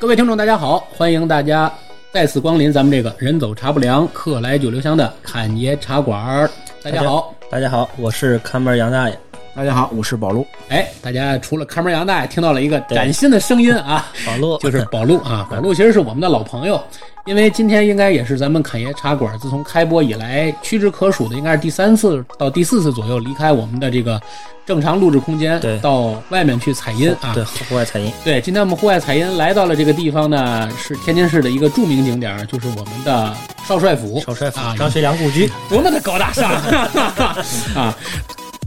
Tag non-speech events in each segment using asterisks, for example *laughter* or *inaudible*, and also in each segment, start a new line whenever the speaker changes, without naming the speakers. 各位听众，大家好，欢迎大家再次光临咱们这个“人走茶不凉，客来酒留香”的侃爷茶馆儿。大家好，
大家好，我是看门杨大爷。
大家好，我是宝路。
哎，大家除了看门杨大爷听到了一个崭新的声音啊，
宝路
就是宝路啊，宝路其实是我们的老朋友，因为今天应该也是咱们侃爷茶馆自从开播以来屈指可数的，应该是第三次到第四次左右离开我们的这个正常录制空间
对，
到外面去采音啊
对，。户外采音，
对，今天我们户外采音来到了这个地方呢，是天津市的一个著名景点儿，就是我们的少帅府。
少帅府
啊，
张学良故居，
多么的高大上 *laughs* 啊！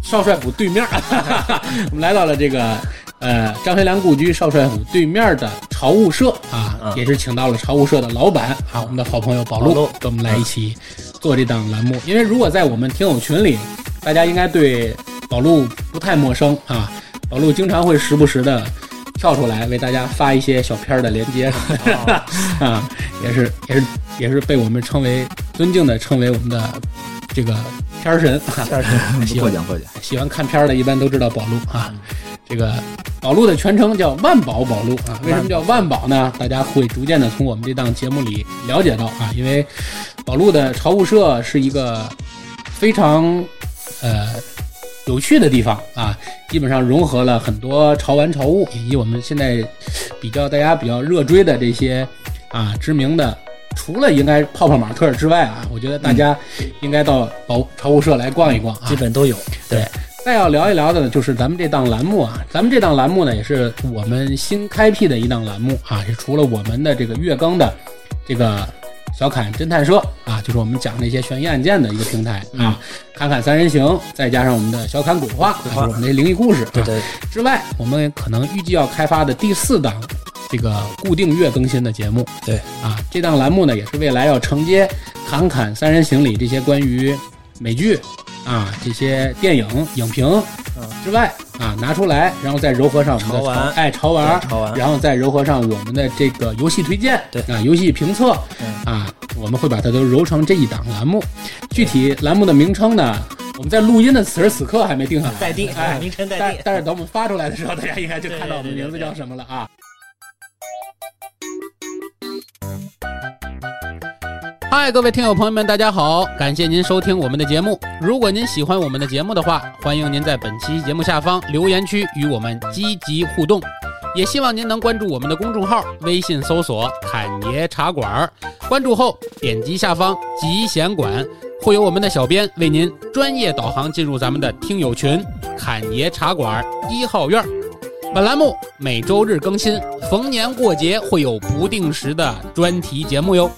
少帅府对面儿， *laughs* 我们来到了这个呃张学良故居少帅府对面的潮物社啊
嗯，
也是请到了潮物社的老板啊，我们的好朋友宝
宝
路
路
跟我们来一起做这档栏目。因为如果在我们听友群里，大家应该对宝路不太陌生啊，宝路经常会时不时的。跳出来为大家发一些小片儿的连接什么的 *laughs* 啊，也是也是也是被我们称为尊敬的称为我们的这个片儿神，哈 *laughs*
片儿神
喜
获
欢
嗯奖获奖，
喜欢看片儿的，一般都知道宝路啊。这个宝路的全称叫万宝宝路啊，为什么叫万宝呢？大家会逐渐的从我们这档节目里了解到啊，因为宝路的潮物社是一个非常呃有趣的地方啊，基本上融合了很多潮玩潮物，以及我们现在比较大家比较热追的这些啊知名的。除了应该泡泡玛特之外啊，我觉得大家应该到宝潮物社来逛一逛啊，
基本都有。
对，再要聊一聊的呢，就是咱们这档栏目啊，咱们这档栏目呢，也是我们新开辟的一档栏目啊，也除了我们的这个月更的这个小侃侦探社啊，就是我们讲那些悬疑案件的一个平台啊，侃侃三人行，再加上我们的小侃鬼话，啊就是我们的灵异故事啊，
对对，
之外，我们可能预计要开发的第四档这个固定月更新的节目。
对
啊，这档栏目呢也是未来要承接《侃侃三人行》里这些关于美剧啊这些电影影评
嗯
之外啊拿出来，然后再糅合上我们的
潮玩
哎潮玩
对潮玩
然后再糅合上我们的这个游戏推荐，
对
啊游戏评测，
嗯
啊，我们会把它都揉成这一档栏目。具体栏目的名称呢，我们在录音的此时此刻还没定下来，
待定
哎，
名称待
但
定
但是等我们发出来的时候，大家应该就看到我们名字叫什么了啊。嗨，各位听友朋友们，大家好！感谢您收听我们的节目。如果您喜欢我们的节目的话，欢迎您在本期节目下方留言区与我们积极互动。也希望您能关注我们的公众号，微信搜索“侃爷茶馆儿”，关注后点击下方“集贤馆”，会有我们的小编为您专业导航进入咱们的听友群“侃爷茶馆一号院”。本栏目每周日更新，逢年过节会有不定时的专题节目哟。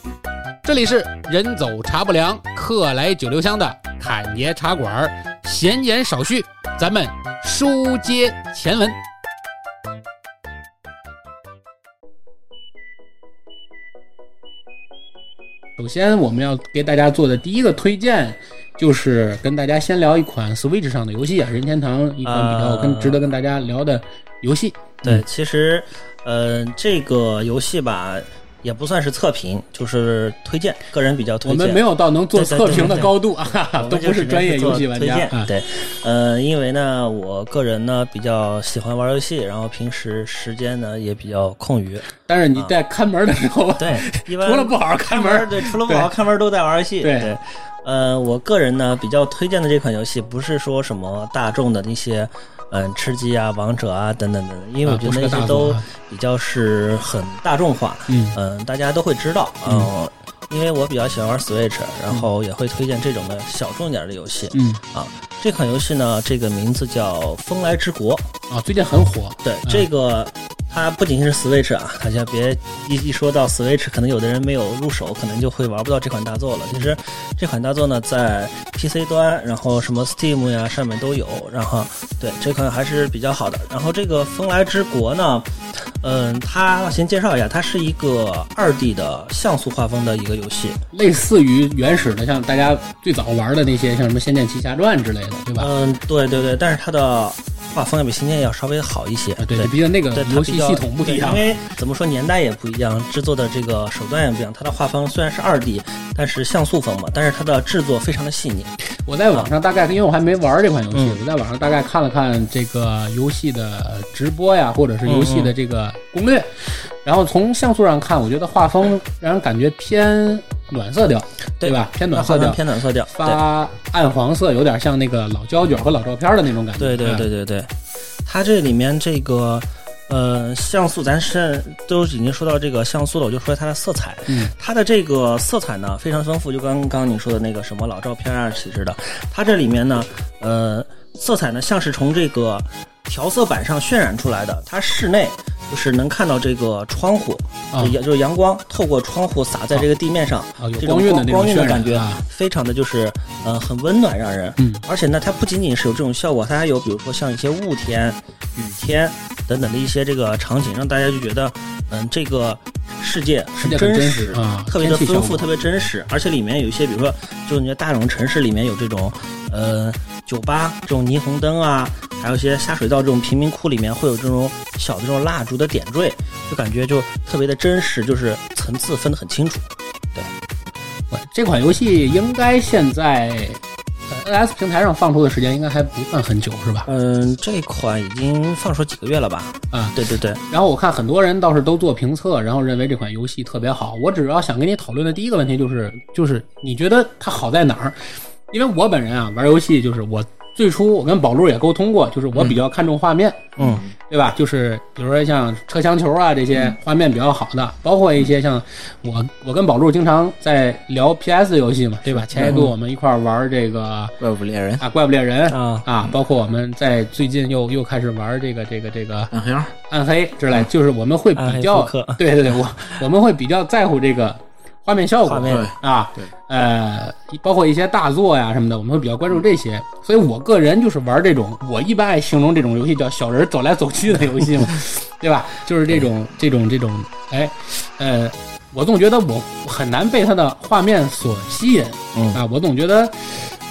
这里是人走茶不凉，客来酒留香的侃爷茶馆儿，闲言少叙，咱们书接前文。首先，我们要给大家做的第一个推荐，就是跟大家先聊一款 Switch 上的游戏啊，任天堂一款比较跟
啊
值得跟大家聊的游戏。
对，其实，呃，这个游戏吧，也不算是测评，就是推荐，个人比较推
我
荐。
们没有到能做
对对
测
对
评的
对
高度啊，哈哈
我
都
们就
不是专业游戏玩
只
家
能是做推荐
啊。
对，呃，因为呢，我个人呢比较喜欢玩游戏，然后平时时间呢也比较空余。
但是你在看门的时候，
嗯对，一
*laughs*
般
除了不好好看
门儿
门，啊
对，除了不好好看门儿都在玩游戏。
对
呃，我个人呢比较推荐的这款游戏，不是说什么大众的那些，嗯，吃鸡啊、王者啊等等等等，因为我
啊
觉
不是
得那
个大
些
作
都
啊，
比较是很大众化，
嗯
嗯、大家都会知道。
嗯
呃因为我比较喜欢玩 Switch，然后也会推荐这种的小众点儿的游戏。
嗯
这款游戏呢，这个名字叫《风来之国》。
啊，最近很火，
对，这个它不仅是 Switch 啊，大家别一一说到 Switch，可能有的人没有入手，可能就会玩不到这款大作了。其实这款大作呢，在 PC 端，然后什么 Steam 呀上面都有，然后对这款还是比较好的。然后这个《风来之国》呢，嗯，它先介绍一下，它是一个二 D 的像素画风的一个游戏。
类似于原始的，像大家最早玩的那些，像什么《仙剑奇侠传》之类的，对吧？
嗯，对对对，但是它的画风要比星舰要稍微好一些。
啊，
嗯对
对，，毕竟那个
对它
游戏
比较
系统不一样
对因为怎么说年代也不一样，制作的这个手段也不一样。它的画风虽然是二 D，但是像素风嘛，但是它的制作非常的细腻。
我在网上大概，因为我还没玩这款游戏，
嗯
我在网上大概看了看这个游戏的呃直播呀，或者是游戏的这个攻略，
嗯
然后从像素上看，我觉得画风让人感觉偏暖色调，对
对
吧？偏
那
暖色
画风
调，
偏暖色调，对
发暗黄色，有点像那个老胶卷和老照片的那种感觉。
对对
嗯
对对对，它这里面这个呃像素，咱是都已经说到这个像素了，我就说它的色彩。
嗯，
它的这个色彩呢非常丰富，就刚刚你说的那个什么老照片啊其实的，它这里面呢，呃，色彩呢像是从这个调色板上渲染出来的，它室内。就是能看到这个窗户，
啊
也就是阳光透过窗户洒在这个地面上，
啊，有
这种
光晕的那种
光
渲
晕的
染
感觉
啊，
非常的就是呃很温暖，让人。
嗯，
而且呢，它不仅仅是有这种效果，它还有比如说像一些雾天、雨天等等的一些这个场景，让大家就觉得，嗯，这个世界
世
很
界很真
实
实，啊，
特别的
天气效
丰富，
果
特别真实。而且里面有一些，比如说，就是你的大众城市里面有这种，呃，酒吧这种霓虹灯啊，还有一些下水道这种贫民窟里面会有这种小的这种蜡烛的点缀，就感觉就特别的真实，就是层次分得很清楚。
我这款游戏应该现在呃 NS 平台上放出的时间应该还不算很久，是吧？
嗯，这款已经放出几个月了吧？
啊，
对对对，
然后我看很多人倒是都做评测，然后认为这款游戏特别好。我主要想跟你讨论的第一个问题就是，就是你觉得它好在哪儿？因为我本人啊，玩游戏就是我最初我跟宝路也沟通过，就是我比较看重画面，
嗯
对吧？就是比如说像车厢球啊这些画面比较好的，包括一些像我我跟宝路经常在聊 PS 游戏嘛，对吧？前一度我们一块儿玩这个
怪物猎人、
啊怪物猎人
啊，
啊，包括我们在最近又又开始玩这个这个这个
暗黑二，
暗黑之类，就是我们会
暗
比
黑
较
复刻，
*laughs* 对对对，我我们会比较在乎这个画面效
画
果
面
对，
啊
对，
呃，包括一些大作呀什么的，我们会比较关注这些。所以我个人就是玩这种，我一般爱形容这种游戏叫小人走来走去的游戏
*laughs*
嘛，对吧？就是这种这种这种，哎，呃，我总觉得我很难被它的画面所吸引
嗯
啊，我总觉得。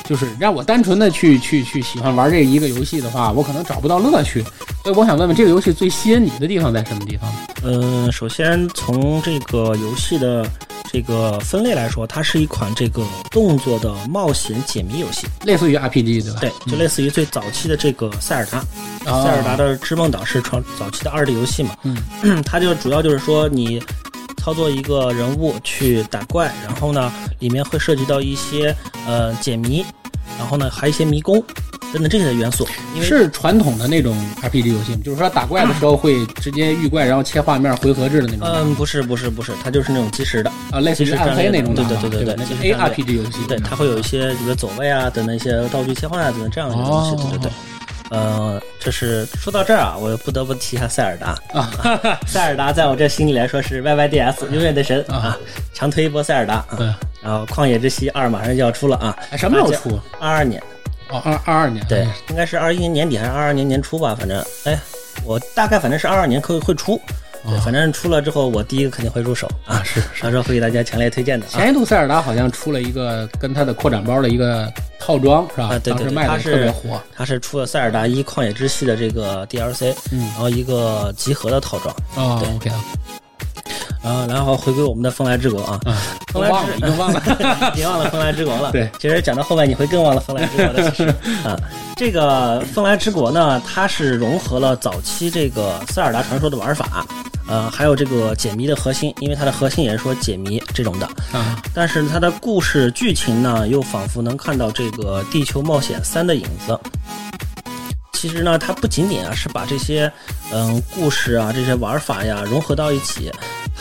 就是让我单纯的去去去喜欢玩这一个游戏的话，我可能找不到乐趣。所以我想问问，这个游戏最吸引你的地方在什么地方？
嗯，首先从这个游戏的这个分类来说，它是一款这个动作的冒险解谜游戏，
类似于 RPG 对吧？
对，就类似于最早期的这个塞尔达，
啊
塞尔达的《织梦岛》是创早期的二 D 游戏嘛，
嗯，
*clears throat* 它就主要就是说你操作一个人物去打怪，然后呢，里面会涉及到一些呃解谜，然后呢还有一些迷宫等等这些的元素，因为
是传统的那种 RPG 游戏吗？就是说打怪的时候会直接遇怪，然后切画面回合制的那种
嗯，不是不是不是，它就是那种即时的，
啊，类似于暗黑那种打法，
对对
吧
对对对
那
对
个
对对
ARPG 游戏，
对，它会有一些比如走位啊等等一些道具切换啊等等这样的东西，对对
哦
对。呃，这是说到这儿啊，我不得不提一下塞尔达
啊，
塞尔达在我这心里来说是 YYDS 永远的神
啊
啊，强推一波塞尔达啊。
对，
然后《旷野之息二》马上就要出了啊，
嗯哎，什么时候
*laughs*
出？
二二年，
哦，二二二年，
对
哎，
应该是二一年年底还是二二年年初吧，反正哎，我大概反正是二二年会会出，
哦
对，反正出了之后我第一个肯定会入手啊，是，到时候会给大家强烈推荐的啊。
前一度塞尔达好像出了一个跟它的扩展包的一个套装，是吧？
啊对对
当时
对
卖的
它是
特别火，
它是出了塞尔达一旷野之息的这个 DLC，
嗯
然后一个集合的套装，
哦
对
，OK，
然后然后回归我们的风来之
*laughs*
国啊，
嗯，都忘了，已经忘了，
*laughs* 别忘了风来之国了。
对，
其实讲到后面你会更忘了风来之国的，其实
*laughs*
啊，这个风来之国呢，它是融合了早期这个塞尔达传说的玩法。呃，还有这个解谜的核心，因为它的核心也是说解谜这种的，
啊，
但是它的故事剧情呢，又仿佛能看到这个《地球冒险三》的影子。其实呢，它不仅仅啊是把这些嗯故事啊这些玩法呀融合到一起，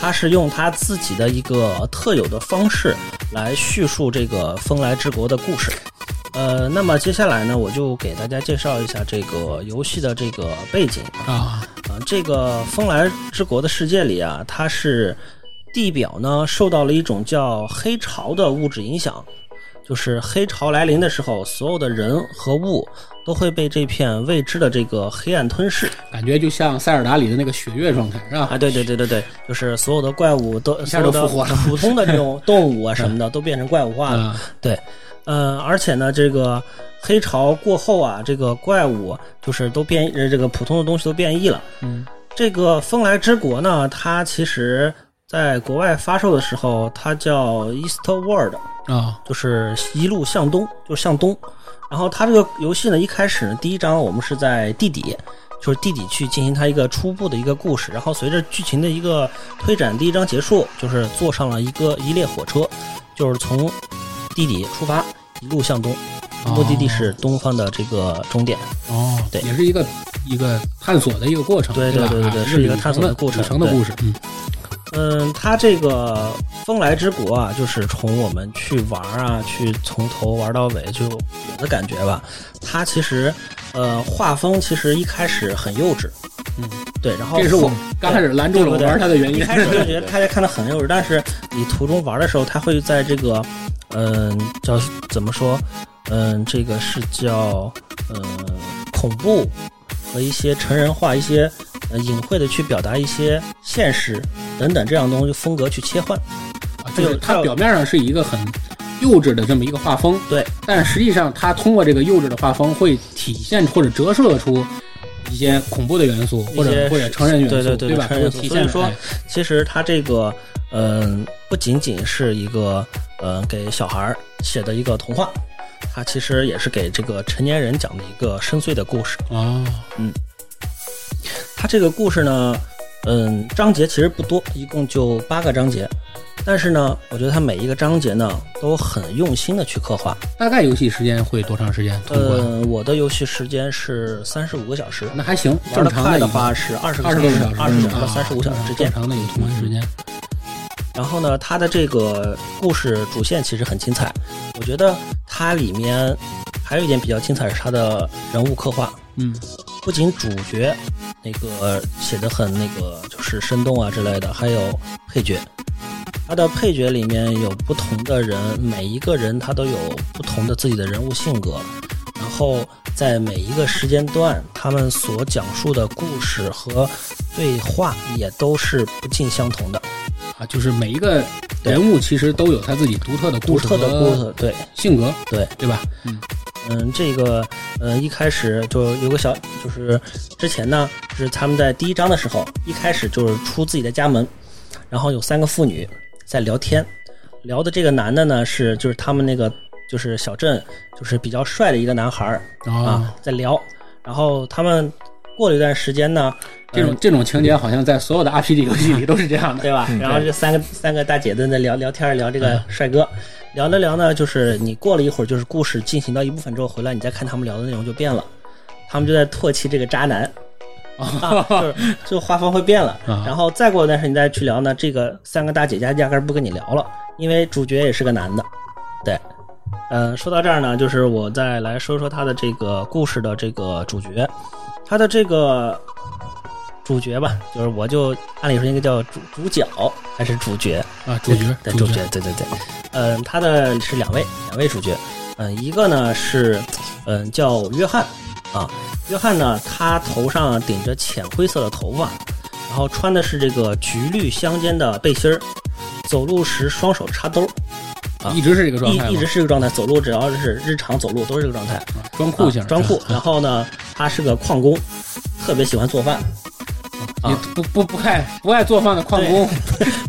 它是用它自己的一个特有的方式来叙述这个风来之国的故事。呃，那么接下来呢，我就给大家介绍一下这个游戏的这个背景
啊，
啊。啊，这个风来之国的世界里啊，它是地表呢受到了一种叫黑潮的物质影响，就是黑潮来临的时候，所有的人和物都会被这片未知的这个黑暗吞噬
感觉就像塞尔达里的那个血月状态，是吧？
啊！对对对对对，就是所有的怪物都
一
所
下
有
就
的
复活了
普
*laughs*
通的这种动物啊什么的都变成怪物化了。
啊，
对，呃，而且呢，这个黑潮过后啊，这个怪物就是都变，呃这个普通的东西都变异了。
嗯
这个《风来之国》呢，它其实在国外发售的时候，它叫 Eastward，
哦
啊
就是一路向东，就向东。然后它这个游戏呢，一开始呢，第一章我们是在地底，就是地底去进行它一个初步的一个故事。然后随着剧情的一个推展，第一章结束，就是坐上了一个一列火车，就是从地底出发，一路向东，目的地是东方的这个终点。
哦，
对
也是一个一个探索的一个过程，
对
吧？
对对对对
啊
是一个探索的
旅
过程
旅程的
对
故事，嗯
嗯，它这个风来之国啊，就是从我们去玩啊，去从头玩到尾，就我的感觉吧。它其实，呃，画风其实一开始很幼稚，
嗯，
对，然后
这是我刚开始拦住了我
哦对对对
玩它的原因。
一
*laughs*
开始就觉得大家看的很幼稚，但是你途中玩的时候，它会在这个，嗯、叫怎么说，嗯、这个是叫，嗯、恐怖和一些成人化、一些呃隐晦的去表达一些现实等等这样东西风格去切换。
啊就是
还
它
有
表面上是一个很幼稚的这么一个画风，
对，
但实际上它通过这个幼稚的画风，会体现或者折射出一些恐怖的元素，或
一些
者或者成人元素，
对对对
吧？
成人元素
体现哎
所以说
出来
其实它这个，嗯、不仅仅是一个，嗯、给小孩儿写的一个童话，它其实也是给这个成年人讲的一个深邃的故事。
哦，
它这个故事呢，嗯，章节其实不多，一共就八个章节，但是呢，我觉得它每一个章节呢都很用心的去刻画。
大概游戏时间会多长时间通关？
嗯，我的游戏时间是三十五个小时。
那还行，
玩
正
的
常
快的
一个
话是二十
20
个
个小时
二十
嗯
到
啊
三十五小时之间
正。常的一个通关时间。
然后呢，它的这个故事主线其实很精彩，我觉得它里面还有一点比较精彩是它的人物刻画，
嗯，
不仅主角那个写的很那个就是生动啊之类的，还有配角。他的配角里面有不同的人，每一个人他都有不同的自己的人物性格，然后在每一个时间段，他们所讲述的故事和对话也都是不尽相同的，
啊，就是每一个人物其实都有他自己独特的
独
故事
特的故
和
事。对，
性格，
对
对吧？
嗯，这个，嗯，一开始就有个小，就是之前呢，就是他们在第一章的时候，一开始就是出自己的家门，然后有三个妇女在聊天，聊的这个男的呢是就是他们那个就是小镇就是比较帅的一个男孩儿
哦
啊，，在聊，然后他们过了一段时间呢，
这
嗯
种这种情节好像在所有的 RPG 游戏里都是这样的。
对吧？然后这三个三个大姐在那聊聊天儿，聊这个帅哥，聊着聊呢，就是你过了一会儿，就是故事进行到一部分之后回来，你再看他们聊的内容就变了，他们就在唾弃这个渣男。
*laughs*
啊，就是就画风会变了，
啊
然后再过一段时间你再去聊呢，这个三个大姐家压根儿不跟你聊了，因为主角也是个男的，对，呃，说到这儿呢，就是我再来说说他的这个故事的这个主角，他的这个主角吧，就是我就按理说应该叫主主角还是主角？
啊，主角，
对主角，对对对，嗯、他的是两位两位主角，嗯、一个呢是嗯、叫约翰啊，约翰呢他头上顶着浅灰色的头发，然后穿的是这个橘绿相间的背心儿，走路时双手插兜儿，啊
一直是这个状态吗，
一一直是这个状态，走路只要是日常走路都是这个状态。
啊装酷型
啊
儿，
装酷。
是
然
吧
后呢，他是个矿工，特别喜欢做饭，啊
你不不不爱不爱做饭的矿工，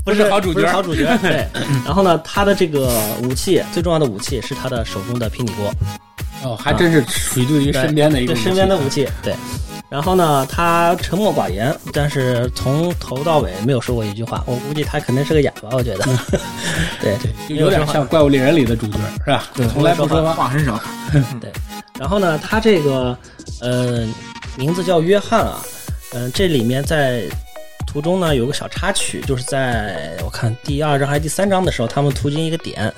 不
是好主角
不是好主角。
*laughs*
对，然后呢，他的这个武器最重要的武器是他的手中的平底锅，
哦，还真是取自于身边的一个武
对
器
身边的武器。对，然后呢，他沉默寡言，但是从头到尾没有说过一句话。我估计他肯定是个哑巴，我觉得。
嗯
*laughs* 对，
就有点像《怪物猎人》里的主角，是吧？
对
从来不说话。
话很少，
然后呢，他这个呃名字叫约翰啊，嗯、这里面在途中呢有个小插曲，就是在我看第二章还是第三章的时候，他们途经一个点，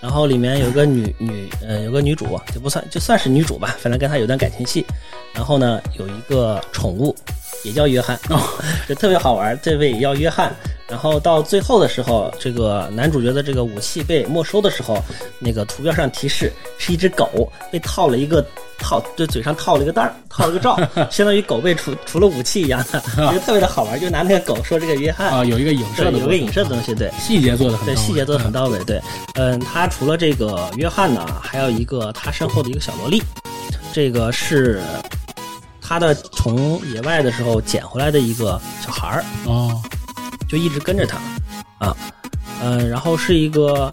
然后里面有个女女呃有个女主，就不算就算是女主吧，反正跟她有段感情戏。然后呢，有一个宠物也叫约翰， *laughs* 就特别好玩，这位也叫约翰。然后到最后的时候，这个男主角的这个武器被没收的时候，那个图标上提示是一只狗被套了一个套，就嘴上套了一个袋儿，套了一个罩，相当于狗被除除了武器一样的，觉得特别的好玩，就拿那个狗说这个约翰，
啊，有一个影射
对，
的，
有个影射的东西，对。
细节做的很到
对
位，
细节嗯做的很到位，对，嗯，他除了这个约翰呢，还有一个他身后的一个小萝莉，这个是他的从野外的时候捡回来的一个小孩儿，
嗯
哦，
就一直跟着他啊，嗯、然后是一个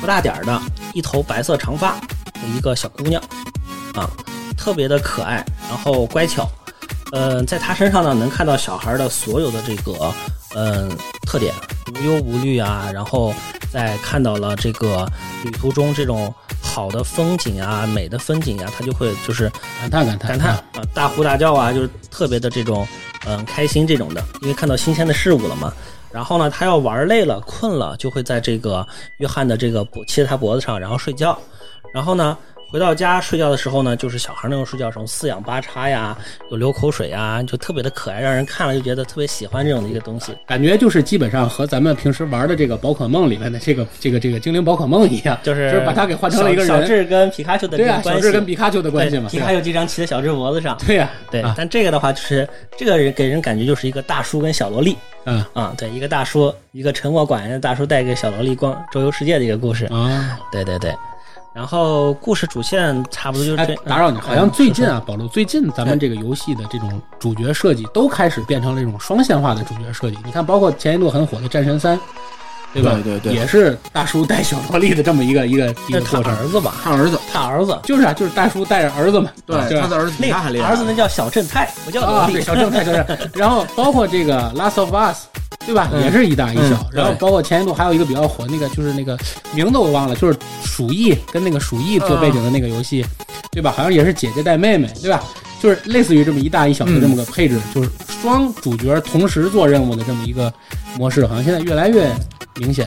不大点儿的，一头白色长发的一个小姑娘啊，特别的可爱，然后乖巧。嗯、在她身上呢，能看到小孩儿的所有的这个嗯、特点，无忧无虑啊，然后在看到了这个旅途中这种好的风景啊、美的风景啊，他就会就是
感叹感叹
感叹啊、大呼大叫啊，就是特别的这种嗯开心这种的，因为看到新鲜的事物了嘛。然后呢，他要玩累了、困了，就会在这个约翰的这个脖骑在他脖子上，然后睡觉。然后呢，回到家睡觉的时候呢，就是小孩那种睡觉，什么四仰八叉呀，有流口水啊，就特别的可爱，让人看了就觉得特别喜欢这种的一个东西。
感觉就是基本上和咱们平时玩的这个宝可梦里面的这个这个这个精灵宝可梦一样，
就是
就是把它给换成了一个人
小小智跟皮卡丘的这
对
个
啊，
关系，
小智跟皮卡丘的关系嘛，
皮卡丘这张骑在小智脖子上，
对呀，
对，
啊
但这个的话就是这个人给人感觉就是一个大叔跟小萝莉
嗯
啊，对，一个大叔，一个沉默寡言的大叔带给小萝莉逛周游世界的一个故事，
啊，
对对对。然后故事主线差不多就是
哎
这。，
打扰你，
嗯
好像最近啊，宝路，最近咱们这个游戏的这种主角设计都开始变成了这种双线化的主角设计。你看，包括前一度很火的《战神三》，对吧？
对对对
也是大叔带小萝莉的这么一个一个一
这
个
是他
过程。
儿子吧？
他儿子，
他儿子，
就是啊，就是大叔带着儿子嘛，
对
啊，就是
他的儿子
那
比他还厉
个
害。
儿子那叫小正太，不叫萝
啊，
莉
对，。小正太小正， *laughs* 然后包括这个《Last of Us》，对吧？
嗯
也是一大一小
嗯。
然后包括前一度还有一个比较火那个，就是那个名字我忘了，就是鼠疫跟那个鼠疫做背景的那个游戏，
嗯
对吧？好像也是姐姐带妹妹，对吧？就是类似于这么一大一小
嗯
的这么个配置，就是双主角同时做任务的这么一个模式，好像现在越来越明显。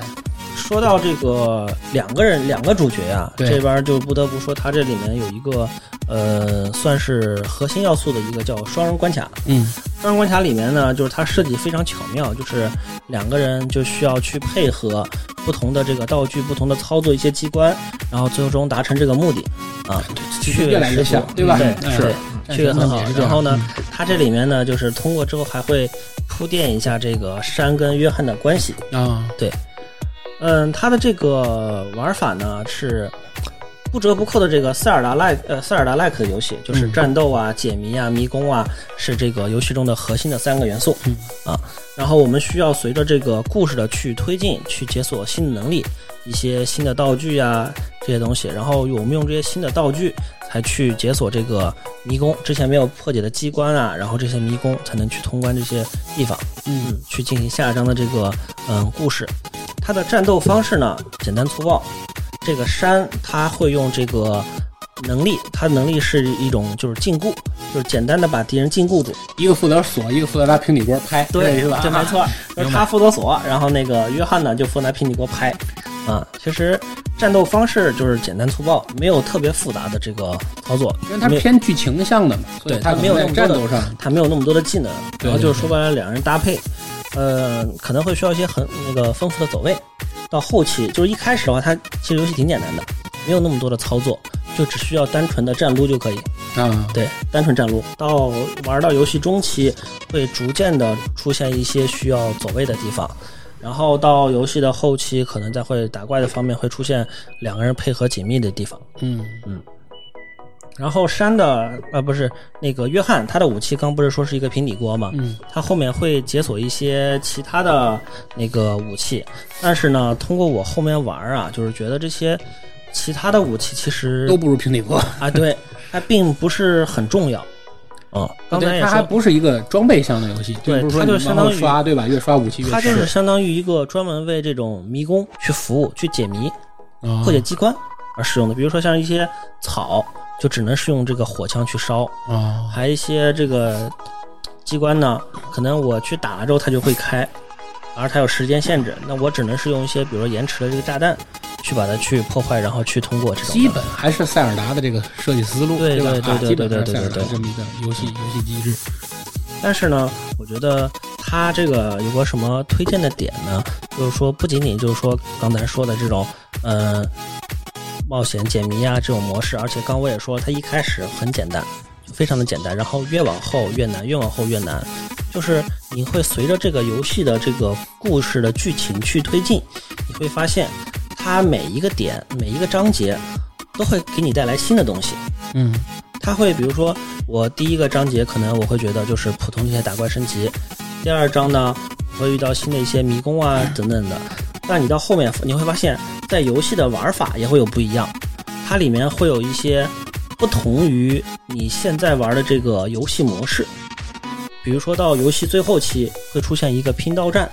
说到这个两个人两个主角啊，
对
这边就不得不说他这里面有一个呃，算是核心要素的一个叫双人关卡。
嗯，
双人关卡里面呢，就是它设计非常巧妙，就是两个人就需要去配合不同的这个道具、不同的操作一些机关，然后最终达成这个目的啊，去
越来越像对吧
嗯
哎
对，
是
对这个很好
战神三也是。这样
然后呢，它这里面呢，就是通过之后还会铺垫一下这个山跟约翰的关系。
啊，
嗯，它的这个玩法呢是不折不扣的这个塞尔达 like 呃塞尔达 like 的游戏，就是
嗯
战斗啊、解谜啊、迷宫啊，是这个游戏中的核心的三个元素、
嗯
啊。然后我们需要随着这个故事的去推进，去解锁新的能力、一些新的道具啊这些东西，然后我们用这些新的道具才去解锁这个迷宫，之前没有破解的机关啊，然后这些迷宫才能去通关这些地方。
嗯，
嗯，去进行下一章的这个嗯故事。它的战斗方式呢，简单粗暴。这个山它会用这个能力，它能力是一种就是禁锢，就是简单的把敌人禁锢住。
一个负责锁，一个负责拿平底锅拍，是吧？
这没
*laughs*
错。就是他负责锁，然后那个约翰呢就负责拿平底锅拍。啊，其实战斗方式就是简单粗暴，没有特别复杂的这个操作，
因为它
没有
偏剧情向的嘛，所以
对
它
它没有
可能
那么
在战
多
斗上
他没有那么多的技能，
对
然后就是说白了，两人搭配，呃，可能会需要一些很那个丰富的走位。到后期就是一开始的话，它其实游戏挺简单的，没有那么多的操作，就只需要单纯的站撸就可以。
啊，
对，单纯站撸。到玩到游戏中期，会逐渐的出现一些需要走位的地方，然后到游戏的后期，可能在会打怪的方面会出现两个人配合紧密的地方。
嗯，
然后山的呃不是那个约翰，他的武器刚不是说是一个平底锅吗？
嗯，
他后面会解锁一些其他的那个武器，但是呢，通过我后面玩儿啊，就是觉得这些其他的武器其实
都不如平底锅。
啊，对，它并不是很重
*laughs*
要。嗯，刚才
哦对
也
它还
说，
不是一个装备向的游戏，
对
不是说
它就
你往
相当
后
于
刷，对吧？越刷武器越
它就是是相当于一个专门为这种迷宫去服务、去解谜、
啊
破解机关而使用的。比如说像一些草，就只能是用这个火枪去烧，
啊，
还有一些这个机关呢，可能我去打了之后它就会开，而它有时间限制，那我只能是用一些比如说延迟的这个炸弹去把它去破坏，然后去通过这种的
基本还是塞尔达的这个设计思路，
对
吧？
对对
啊
对
基本上
对对
塞尔达
对对对嗯
这么一个游戏游戏机制。
但是呢，我觉得它这个有个什么推荐的点呢？就是说，不仅仅就是说刚才说的这种，嗯、冒险解谜啊这种模式，而且刚我也说，它一开始很简单，非常的简单，然后越往后越难，越往后越难，就是你会随着这个游戏的这个故事的剧情去推进，你会发现它每一个点、每一个章节都会给你带来新的东西。
嗯，
它会比如说我第一个章节可能我会觉得就是普通这些打怪升级，第二章呢我会遇到新的一些迷宫啊等等的，但你到后面你会发现，在游戏的玩法也会有不一样，它里面会有一些不同于你现在玩的这个游戏模式，比如说到游戏最后期会出现一个拼刀战，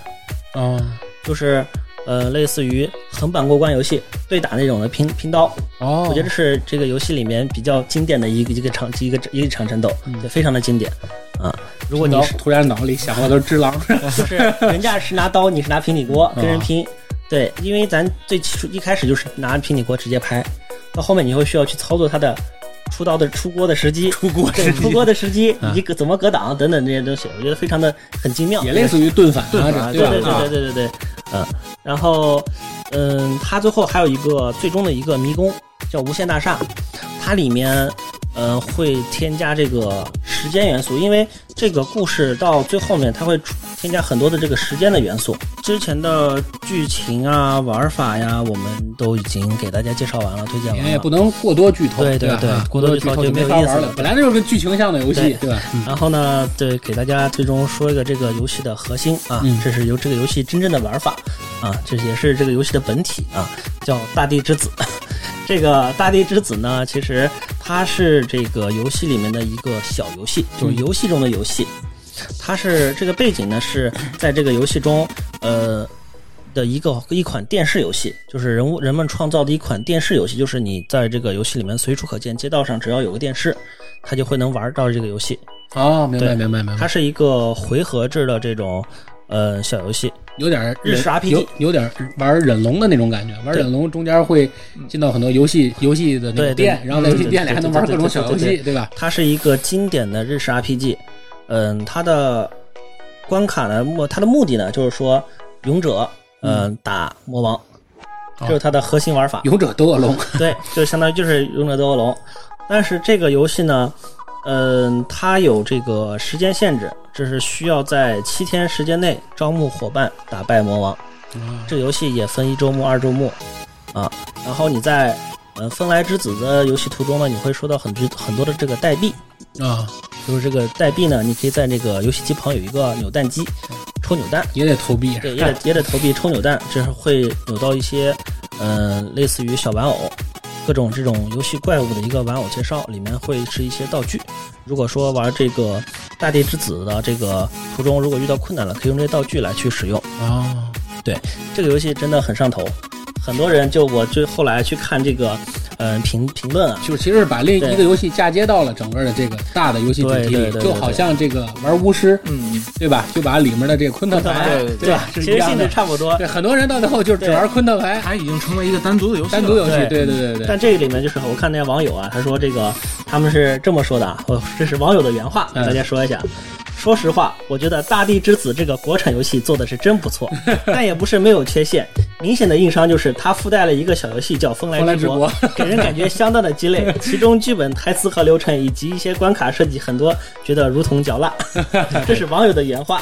哦
就是呃类似于横版过关游戏对打那种的拼拼刀，
哦，
我觉得是这个游戏里面比较经典的一个一个场一个一个场战斗
嗯，
对，非常的经典啊。如果你
脑
是
突然脑里想到都是只狼， *laughs*
就是 *laughs* 人家是拿刀，你是拿平底锅跟人
啊
拼，嗯对，因为咱最起初一开始就是拿平底锅直接拍，到后面你会需要去操作它的出刀的出锅的时机。嗯
出锅
对，
是
出锅的时机
啊
以及隔怎么格挡等等这些东西，我觉得非常的很精妙，
也类似于盾反
对
啊，
对对
吧？啊
对对对对对，嗯，然后，嗯，它最后还有一个最终的一个迷宫叫无限大厦，它里面，呃，会添加这个时间元素，因为这个故事到最后面它会出添加很多的这个时间的元素。之前的剧情啊、玩法呀，我们都已经给大家介绍完了，推荐
你
完
也
了
不。能过多剧透，
对对
吧
对
啊过
过多
多
剧
剧
透
透
就
没
没有
法
意思
玩了
了。
本来就是个剧情向的游戏
对，
对吧？嗯
然后呢，对，给大家最终说一个这个游戏的核心啊，
嗯
这是由这个游戏真正的玩法啊，这也是这个游戏的本体啊，
嗯
叫大地之子。 *laughs* 这个大地之子呢，其实它是这个游戏里面的一个小游戏，就是游戏中的游戏。它是这个背景呢是在这个游戏中，呃。的一个一款电视游戏，就是人物人们创造的一款电视游戏，就是你在这个游戏里面随处可见，街道上只要有个电视，它就会能玩到这个游戏。
哦，明白
对
明白明白
它，是一个回合制的这种呃小游戏，
有点儿
日
忍
式 RPG
有有点儿玩忍龙的那种感觉，玩
对嗯
忍龙中间会进到很多游戏游戏的那
对
个
对
店，然后在
对对
店里
对
还能
对
玩
对
各种
对
小
对
游
对
戏，对吧？
它是一个经典的日式 RPG。嗯，它的关卡呢，目它的目的呢，就是说勇者，嗯、打魔王，
哦
这是它的核心玩法。
勇者斗恶龙，
对，就相当于就是勇者斗恶龙。但是这个游戏呢，嗯、它有这个时间限制，这是需要在七天时间内招募伙伴打败魔王。
啊
这个游戏也分一周目、二周目啊。然后你在呃风来之子的游戏途中呢，你会收到很多很多的这个代币，
啊，
就是这个代币呢，你可以在那个游戏机旁有一个扭蛋机，抽扭蛋，
也得投币，啊
对，也得也得投币抽扭蛋，这是会扭到一些嗯、呃类似于小玩偶。各种这种游戏怪物的一个玩偶介绍，里面会是一些道具。如果说玩这个大地之子的这个途中，如果遇到困难了，可以用这些道具来去使用。
啊，
这个游戏真的很上头，很多人就我就后来去看这个，呃评评论啊，
就是其实是把另
对
一个游戏嫁接到了整个的这个大的游戏主
对
题
对
里
对，对
就好像这个玩巫师，
嗯，
对吧？就把里面的这个昆特
*laughs*
牌，
对
对吧？
其
是
实
一样
性质
的。
差不多，
对，很多人到最后就是只
对
玩昆特牌，
它已经成为一个单独的游戏了，
单独游戏，
对
对对对对对。
但这个里面就是我看那些网友啊，他说这个他们是这么说的啊，我这是网友的原话，给
嗯
大家说一下。说实话，我觉得《大地之子》这个国产游戏做的是真
*laughs*
不错，但也不是没有缺陷。明显的硬伤就是它附带了一个小游戏叫《风
后来
来
直
之国》
播，
给人感觉相当的
*laughs*
鸡肋。其中剧本、台词和流程以及一些关卡设计，很多觉得如
*laughs*
同嚼蜡。这是网友的原话。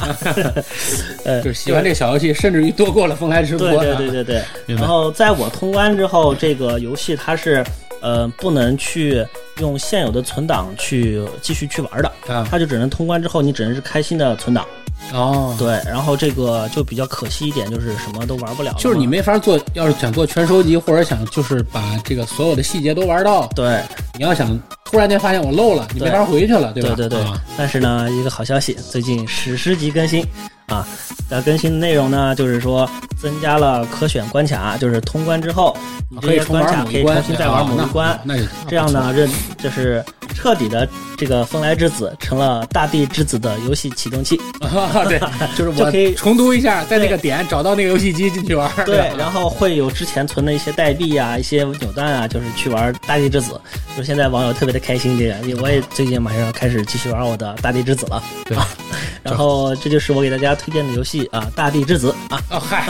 呃，
就是喜欢这个小游戏，甚至于多过了《风来直播》
对
啊。
对对对对。
明白
然后在我通关之后，这个游戏它是呃不能去用现有的存档去继续去玩的，
啊，
它就只能通关之后你只能是开新的存档。
哦，
对，然后这个就比较可惜一点，就是什么都玩不了了嘛。
就是你没法做，要是想做全收集，或者想就是把这个所有的细节都玩到，
对，
你要想突然间发现我漏了，你没
对
法回去了，对吧？
对对对
啊
但是呢，一个好消息，最近史诗级更新啊，的更新的内容呢，就是说增加了可选关卡，就是通关之后，你
啊
这
可以
些
重
关
玩
卡
某
可
一
以
关，
重新再玩某一关
啊，那就
这样呢，认就是彻底的这个风来之子成了大地之子的游戏启动器。 *laughs*
啊，对，就是
就可以
我 *laughs* 重读一下，在那个点找到那个游戏机进去玩。
对，
后
然后会有之前存的一些代币啊、一些扭蛋啊，就是去玩大地之子。就是现在网友特别的开心，这个因为我也最近马上要开始继续玩我的大地之子了。
对
啊， *laughs* 然后这就是我给大家推荐的游戏啊，《大地之子》 *laughs* 啊，
*laughs* 哦嗨，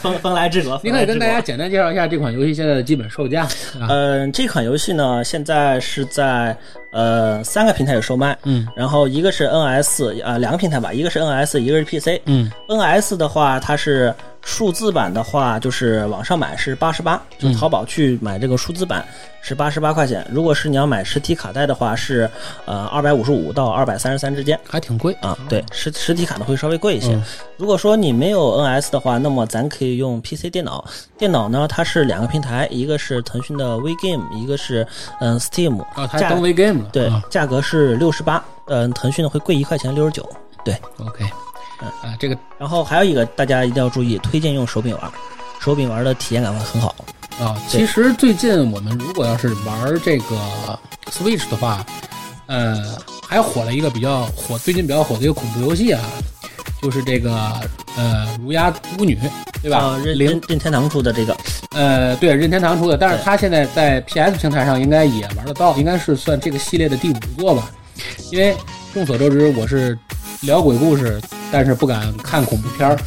风风来之
*laughs*
国。
你可以跟大
风来之国
家简单介绍一下这款游戏现在的基本售价。啊
嗯，这款游戏呢，现在是在呃三个平台有售卖，
嗯，
然后一个是 NS 啊、两个平台吧，一个是 NS，一个是 PC。
嗯
NS 的话，它是数字版的话，就是网上买是八十八，就
嗯
淘宝去买这个数字版是八十八块钱。如果是你要买实体卡带的话，是呃二百五十五到二百三十三之间。
还挺贵
啊，对，实实体卡的会稍微贵一些。
哦嗯
如果说你没有 NS 的话，那么咱可以用 PC 电脑。电脑呢，它是两个平台，一个是腾讯的 WeGame，一个是嗯 Steam。
哦
啊，他
价
当微 game 了，
对
啊，
价格是六十八，嗯，腾讯的会贵一块钱，六十九。
，OK，啊，
呃
这个
然后还有一个大家一定要注意，推荐用手柄玩，手柄玩的体验感会很好。
啊，
对
其实最近我们如果要是玩这个 Switch 的话，呃，还火了一个比较火，最近比较火的一个恐怖游戏啊，就是这个呃《如鸦巫女》，对吧？
啊，任
零
任任天堂出的这个，
呃，对，任天堂出的，但是它现在在 PS 平台上应该也玩得到，应该是算这个系列的第五作吧。因为众所周知，我是聊鬼故事，但是不敢看恐怖片儿，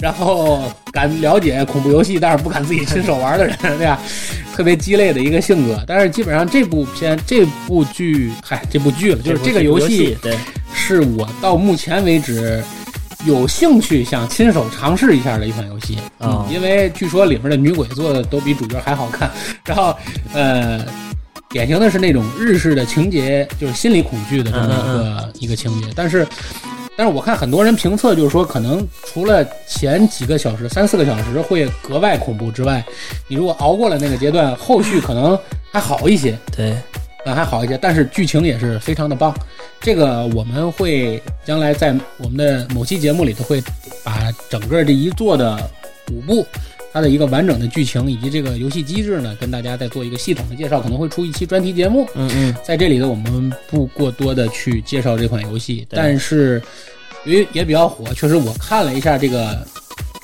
然后敢了解恐怖游戏，但是不敢自己亲手玩的人， *laughs* 对吧？特别鸡肋的一个性格。但是基本上这部片、这部剧，嗨，这部剧了，就是这个游戏
戏，对，
是我到目前为止有兴趣想亲手尝试一下的一款游戏嗯
哦
因为据说里面的女鬼做的都比主角还好看， *laughs* 然后呃，典型的是那种日式的情节，就是心理恐惧的这么一个、一个情节，但是。但是我看很多人评测，就是说，可能除了前几个小时、三四个小时会格外恐怖之外，你如果熬过了那个阶段，后续可能还好一些。
对，
嗯，还好一些，但是剧情也是非常的棒。这个我们会将来在我们的某期节目里头会把整个这一座的五部，它的一个完整的剧情以及这个游戏机制呢，跟大家再做一个系统的介绍，可能会出一期专题节目。
嗯嗯，
在这里呢，我们不过多的去介绍这款游戏，
对
但是由于也比较火，确实我看了一下这个。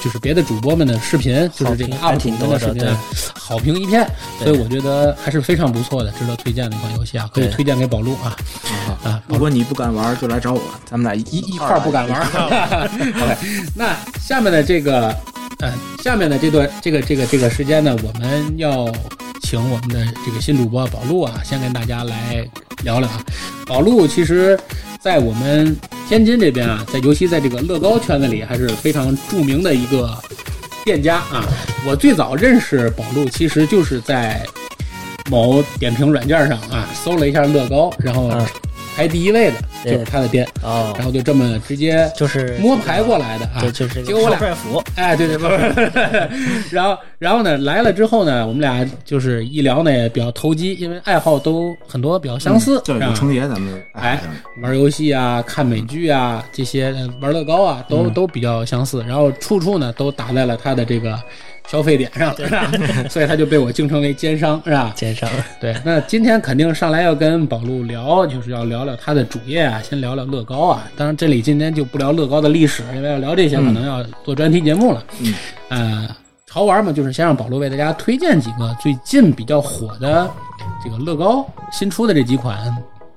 就是别的主播们的视频，就是这个
好
UP 主
评还挺
们
多的
的视频
对
啊，好评一片，
对
所以我觉得还是非常不错的，值得推荐的一款游戏啊，可以
对嗯
推荐给宝路啊啊，
如果你不敢玩，就来找我，咱们俩一一
一
一
块儿不敢玩儿。OK，那下面的这个，呃，下面的这段这个这个这个时间呢，我们要请我们的这个新主播宝路啊，先跟大家来聊聊啊。宝路其实，在我们天津这边啊，在尤其在这个乐高圈子里，还是非常著名的一个店家啊。我最早认识宝路，其实就是在。某点评软件上啊，搜了一下乐高，然后
嗯
排第一位的就
对
是他的店，
哦
然，后就这么直接
就是
摸排过来的啊
对，。就是
结果我俩
帅服，
哎，对对，不
*laughs*
是。然后，然后呢，来了之后呢，我们俩就是一聊呢，也比较投机，因为爱好都很多比较相似，
嗯对，
是
有
吧？
重叠，咱们
哎，玩游戏啊、看美剧啊这些，呃玩乐高啊，
嗯
都、都比较相似。然后处处呢都打在了他的这个消费点上，是吧？ *laughs* 所以他就被我敬称为奸商，是吧？
肩上，
对，那今天肯定上来要跟宝路聊，就是要聊聊他的主业啊，先聊聊乐高啊。当然，这里今天就不聊乐高的历史，因为要聊这些可能要做专题节目了。
嗯，
呃，潮玩嘛，就是先让宝路为大家推荐几个最近比较火的这个乐高新出的这几款，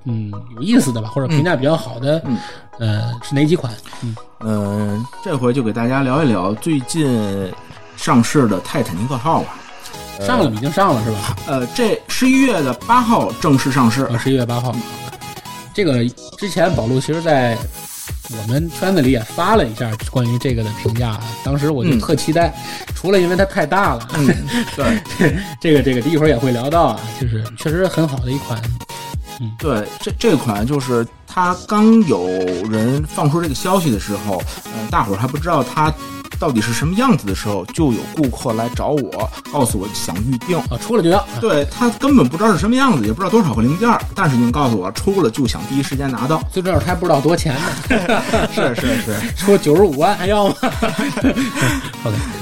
嗯，有意思的吧，或者评价比较好的，
嗯
呃，是哪几款？
嗯，这回就给大家聊一聊最近上市的《泰坦尼克号》吧。
上了已经上了是吧？
呃，这十一月的八号正式上市。
呃十一月八号。这个之前宝路其实，在我们圈子里也发了一下关于这个的评价，啊当时我就
嗯
特期待，除了因为它太大了， *laughs*
嗯，对
这个这个一会儿也会聊到啊，就是确实很好的一款，
对，这这款就是它刚有人放出这个消息的时候，呃，大伙儿还不知道它到底是什么样子的时候，就有顾客来找我，告诉我想预定。
啊，出了就要，
对他根本不知道是什么样子，也不知道多少个零件儿，但是已经告诉我出了就想第一时间拿到。
最重要是还不知道多钱呢，
*laughs* 是是是，
说九十五万还要吗？
*laughs*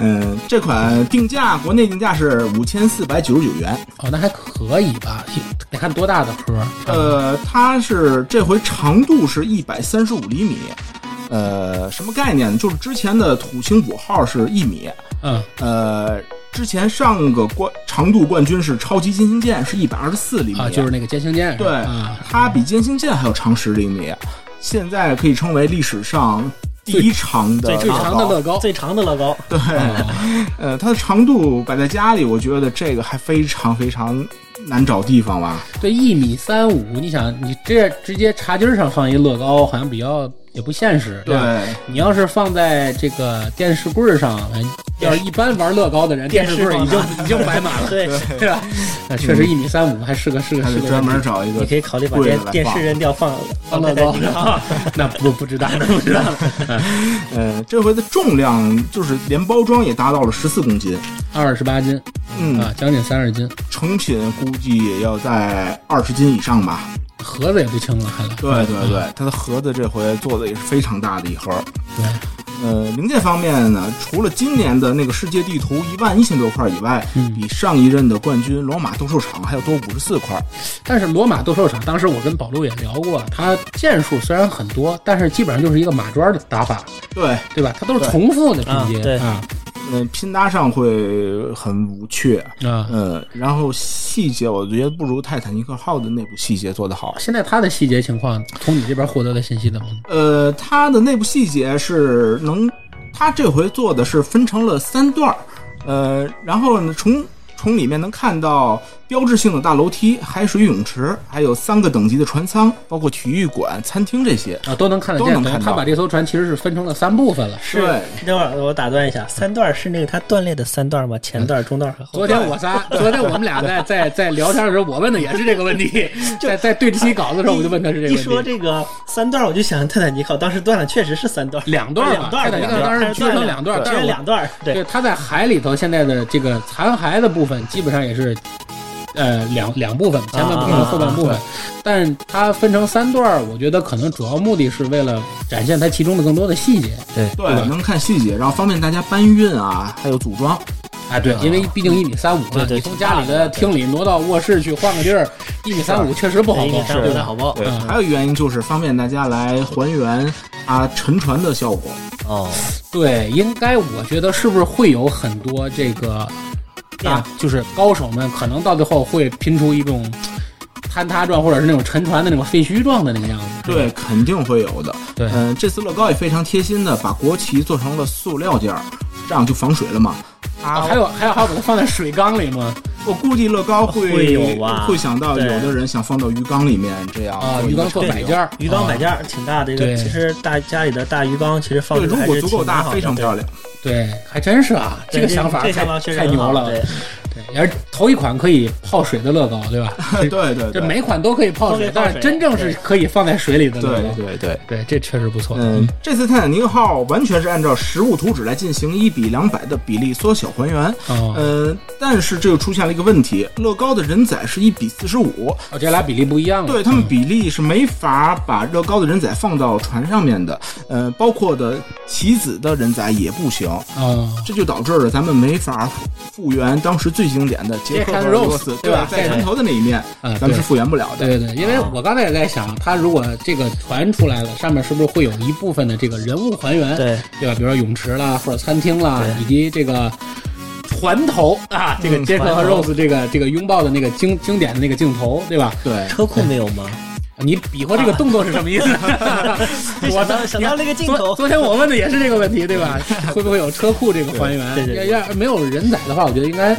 嗯，这款定价国内定价是五千四百九十九元。
*laughs* 哦，那还可以吧，得看多大的啊壳，
呃，它是这回长度是一百三十五厘米。呃，什么概念呢？就是之前的土星五号是一米，
嗯，
呃，之前上个冠长度冠军是超级金星舰，是一百二十四厘米，
啊，就是那个歼星舰，
对
啊，
它比歼星舰还要长十厘米，啊现在可以称为历史上第一长的
最
最长的乐高，
最长的乐高，
对，呃，它的长度摆在家里，我觉得这个还非常非常难找地方吧。
对，一米三五，你想，你这直接茶几儿上放一乐高，好像比较也不现实。吧，你要是放在这个电视柜儿上，哎要是一般玩乐高的人， *laughs* 电
电
视
视
柜已
放
经
哪
已经摆满了，
对，
对吧？那确实一米三五还是个是个
还
是
得
个
专门找一
你
个
可以考虑把
贵
电
了来
电视
放
扔掉，放
放
在
乐
那
高
个啊，
那不不知道，那不知道了。
呃，这回的重量就是连包装也达到了十四公斤，
二十八斤
嗯，
啊，将近三十斤，
成品估计也要在二十斤以上吧。
盒子也不轻了，看来。
对对对，
嗯
它的盒子这回做的也是非常大的一盒。
对，
呃，零件方面呢，除了今年的那个世界地图一万一千多块以外，
嗯
比上一任的冠军罗马斗兽场还要多五十四块。
但是罗马斗兽场，当时我跟宝路也聊过，它件数虽然很多，但是基本上就是一个马砖的打法，
对，
对吧？它都是重复的拼接
啊对
啊
嗯、拼搭上会很无趣。
啊！
嗯，然后细节我觉得不如泰坦尼克号的内部细节做得好。
现在它的细节情况，从你这边获得的信息怎么？
呃，它的内部细节是能，它这回做的是分成了三段儿，呃，然后呢，从从里面能看到标志性的大楼梯、海水泳池，还有三个等级的船舱，包括体育馆、餐厅这些。
啊，都能看得
都
见
能
的。
看
他
到
把这艘船其实是分成了三部分了。
是
对，
等会儿我打断一下，三段是那个它断裂的三段吗？前段、中段和后
昨
段？
天我仨，昨天我们俩在在在聊天的时候，我问的也是这个问题，在在对这期稿子的时候，我就问他是这个
一
问题。
说这个三段，我就想泰坦尼克号当时断了，确实是三段，
两段吧
两段，
泰坦尼克
两段
当时
它是断
切成
了
两段但
对切
是
成
我
两段，对，
它在海里头现在的这个残骸的部分，基本上也是，呃，两两部分，前半部分和后半部分，但是它分成三段儿，我觉得可能主要目的是为了展现它其中的更多的细节。
对
对吧，
能看细节，然后方便大家搬运啊，还有组装。
啊，对，因为毕竟一米三五嘛
嗯对，对
你
啊
从家里的厅里挪到卧室去换个地儿，一米三五确实不好
一米
弄，
三五
对
的
吧？
好不好？
对
嗯
还有原因就是方便大家来还原它沉船的效果。
哦，
对，应该我觉得是不是会有很多这个
变
啊
化，
就是高手们可能到最后会拼出一种坍塌状，或者是那种沉船的那种废墟状的那个样子。
对，肯定会有的。
对
嗯、这次乐高也非常贴心的把国旗做成了塑料件儿，这样就防水了嘛。
啊，
啊
还，有还有还要把它放在水缸里吗？
我估计乐高会
会有吧
会想到有
对
的人想放到鱼缸里面这样
啊，
做一
鱼
个
缸做
场景
摆件儿，啊嗯
鱼缸摆件儿挺大的一
对
个，其实大家里的大鱼缸其实放
对，
着
如
还
果
是
足
挺好
够大，
的
非常漂。亮。 *laughs*
对，还真是啊，
对
这个想法
这
太
个想法确实
太
很
牛
好
了， *laughs*
对
对，也是头一款可以泡水的乐高，对吧？
对对对，
这每款都可以泡
都可以
水，
泡
但是
水
真正是可以放在水里的乐
对
高，
对对。
对，这确实不错。
嗯，这次泰坦尼克号完全是按照实物图纸来进行一比两百的比例缩小还原。
哦，
嗯，但是这又出现了一个问题，乐高的人载是一比四十五，
哦，这俩比例不一样了。
对他们比例是没法把乐高的人仔放到船上面的，呃，包括的棋子的人仔也不行，
哦，
这就导致了咱们没法复复原当时最经典的杰克
Jack
和
and
罗
Rose，
斯，
对
对
吧
在船头的那一面，
啊，
咱们
对
是复原不了的。
对对，对因为
哦
我刚才也在想，它如果这个船出来了，上面是不是会有一部分的这个人物还原？
对，
对吧？比如说泳池啦，或者餐厅啦，
对
以及这个船头啊，这个
嗯
杰克和
船头
Rose 这个这个拥抱的那个经经典的那个镜头，对吧？
对
车库没有吗？
你比划这个动作是什么
*laughs*
意思？我
想到想到那个镜
昨
头，
昨天我问的也是这个问题，对吧？ *laughs* 会不会有车库这个还原？
对对对
要要没有人载的话，我觉得应该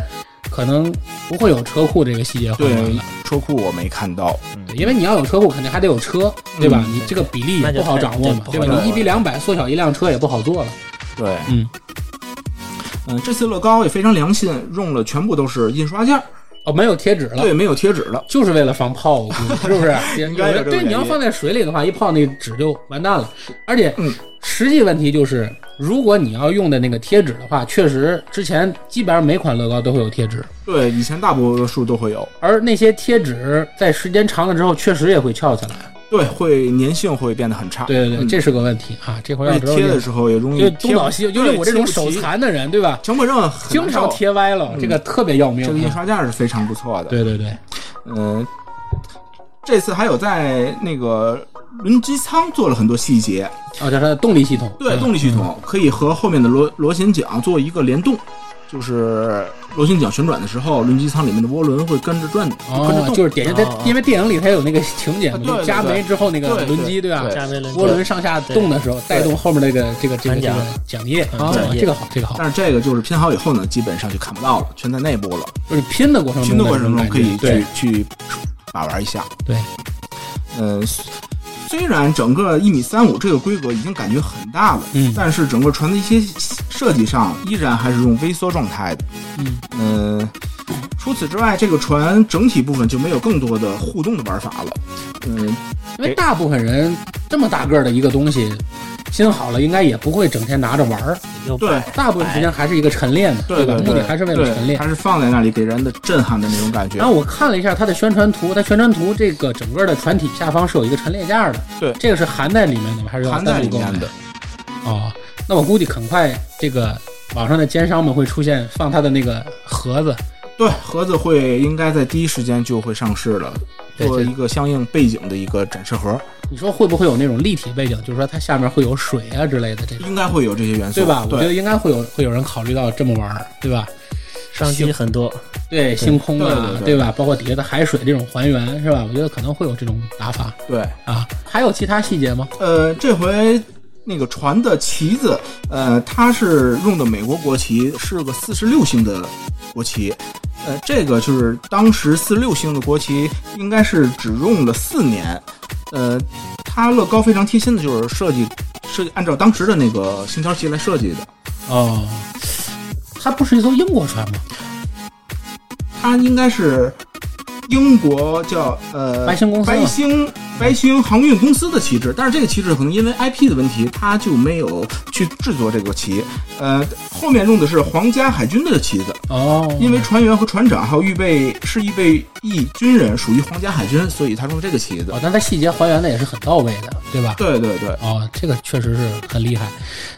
可能不会有车库这个细节还
对
原了。
车库我没看到，
对，因为你要有车库，肯定还得有车，对吧？你这个比例也
那
不
就
好
太
掌握嘛，
对
对
不好
吧？
掌
你一
握
比两百缩小一辆车也不好做了。
对，
嗯。
嗯，这次乐高也非常良心，用了全部都是印刷件儿，
哦，没有贴纸了，
对，没有贴纸了。
就是为了防泡，我估计是不是？也
应该有这个
对，
原因
你要放在水里的话，一泡那个纸就完蛋了。而且
嗯，
实际问题就是，如果你要用的那个贴纸的话，确实之前基本上每款乐高都会有贴纸，
对，以前大多数都会有，
而那些贴纸在时间长了之后，确实也会翘起来。
对，会粘性会变得很差。
对对对，
嗯
这是个问题啊！这回要
而
知道
且贴的时候也容
就
易
东倒西，
贴
就
不
是我这种
对贴
手
不齐
残的人，对吧？
强迫症很
经
难
常
受
贴歪了，
嗯
这个特别要命
这个印
啊。
刷件是非常不错的。，
对对对，
嗯、这次还有在那个轮机舱做了很多细节，
哦，叫它的动力系统，
对
嗯
动力系统可以和后面的螺螺旋桨做一个联动。就是螺旋桨旋转的时候，轮机舱里面的涡轮会跟着转，跟着
哦，
动。
就是典型，它
哦哦
因为电影里它有那个情节嘛，
啊对
就
对
加
对
煤之后那个
对对
轮机，对吧？
对
加维伦
涡轮上下动的时候，带动后面那个这个这个这
船桨
个桨叶
嗯
啊
桨，叶
这个好，这个好，
但是这个就是拼好以后呢，基本上就看不到了，全在内部了。
就是你拼的过程中
拼
的
的过程中可
这种
以
感觉对
去去把玩一下。
对，
嗯，虽虽然整个一米三五这个规格已经感觉很大了，
嗯
但是整个船的一些设计上依然还是用微缩状态的。
嗯
呃，除此之外，这个船整体部分就没有更多的互动的玩法了。嗯，
因为大部分人这么大个儿的一个东西，心好了应该也不会整天拿着玩儿，
又
对
大部分时间还是一个晨练的，
对
吧？
对
目的还是为了晨
对，
练。
还是放在那里给人的震撼的那种感觉
然。后我看了一下它的宣传图，它宣传图这个整个的船体下方是有一个陈列架的，
对
这个是含在里面的吗？还是要
含在
单
里
独购买
面的？，
哦，那我估计很快这个网上的奸商们会出现放它的那个盒子，
对盒子会应该在第一时间就会上市了，
对
做
这
一个相应背景的一个展示盒，
你说会不会有那种立体背景？就是说它下面会有水啊之类的这种，
应该会有这些元素，
对吧？我觉
对
得应该会有会有人考虑到这么玩儿，对吧？
商机很多，
对星空啊，
对对对
吧？包括底下的海水这种还原，是吧？我觉得可能会有这种打法
对。
啊。还有其他细节吗？
呃，这回那个船的旗子，呃，它是用的美国国旗，是个四十六星的国旗。呃，这个就是当时四六星的国旗，应该是只用了四年。呃，它乐高非常贴心的就是设计设计按照当时的那个星条旗来设计的。
哦，它不是一艘英国船吗？
它应该是英国叫呃
白星公司吗
白星白星航运公司的旗帜，但是这个旗帜可能因为 IP 的问题，它就没有去制作这个旗。呃，后面用的是皇家海军的旗子，
哦，
因为船员和船长还有预备是预备役军人，属于皇家海军，所以他用这个旗子
哦。，但它细节还原的也是很到位的，对吧？
对对对，
哦，这个确实是很厉害。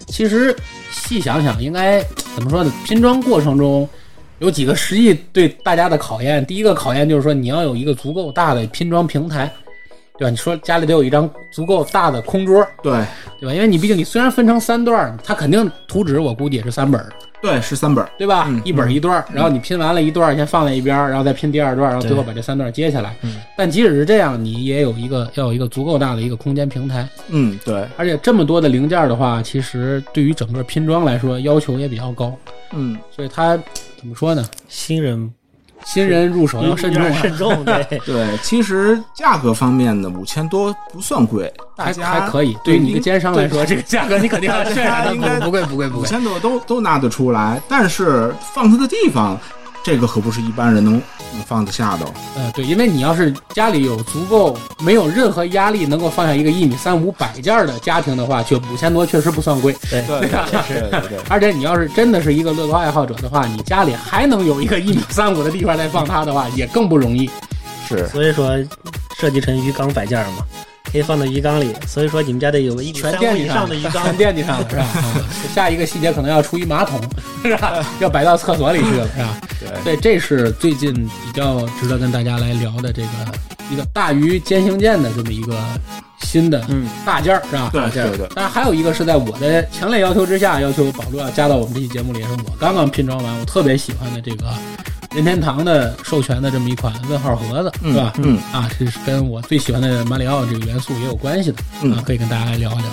其实细想想，应该怎么说呢？拼装过程中有几个实际对大家的考验。第一个考验就是说，你要有一个足够大的拼装平台，对吧？你说家里得有一张足够大的空桌，
对
对吧？因为你毕竟你虽然分成三段儿，它肯定图纸我估计也是三本儿，
对，十三本儿。
对吧？
嗯
一本儿一段儿，然后你拼完了一段儿，先放在一边儿，然后再拼第二段儿，然后最后把这三段儿接下来。但即使是这样，你也有一个要有一个足够大的一个空间平台。
嗯，对，
而且这么多的零件的话，其实对于整个拼装来说要求也比较高，
嗯，，
所以它怎么说呢？
新人
新人入手要慎重
有点
啊，*laughs*
慎重，对
对，其实价格方面呢，五千多不算贵，大
还
家
还可以。对于你一个奸商来说，这个价格你肯定 *laughs* 要渲染的不贵不贵不贵不
五
贵。
千多都都拿得出来，但是放它的地方，这个可不是一般人能能放得下的哦。
呃，对，因为你要是家里有足够没有任何压力能够放下一个一米三五摆件儿的家庭的话，就五千多确实不算贵。
对，对对对，
而且你要是真的是一个乐高爱好者的话，你家里还能有一个一米三五的地方来放它的话，也更不容易。
是
所以说设计成鱼缸摆件儿嘛，可以放到鱼缸里，所以说你们家得有个一米
全
三
垫
五
底
以上的鱼缸，
全惦记上了是吧？ *laughs* 啊下一个细节可能要出一马桶，是吧？要摆到厕所里去了，是吧？*laughs*
对
对，这是最近比较值得跟大家来聊的这个一个大鱼歼形舰的这么一个新的
嗯
大件儿，是吧？
对
大件儿
对对
当然还有一个是在我的强烈要求之下，要求保罗要加到我们这期节目里，也是我刚刚拼装完，我特别喜欢的这个任天堂的授权的这么一款问号盒子，是吧？
嗯
啊，这是跟我最喜欢的马里奥这个元素也有关系的，
嗯
啊，可以跟大家来聊一聊。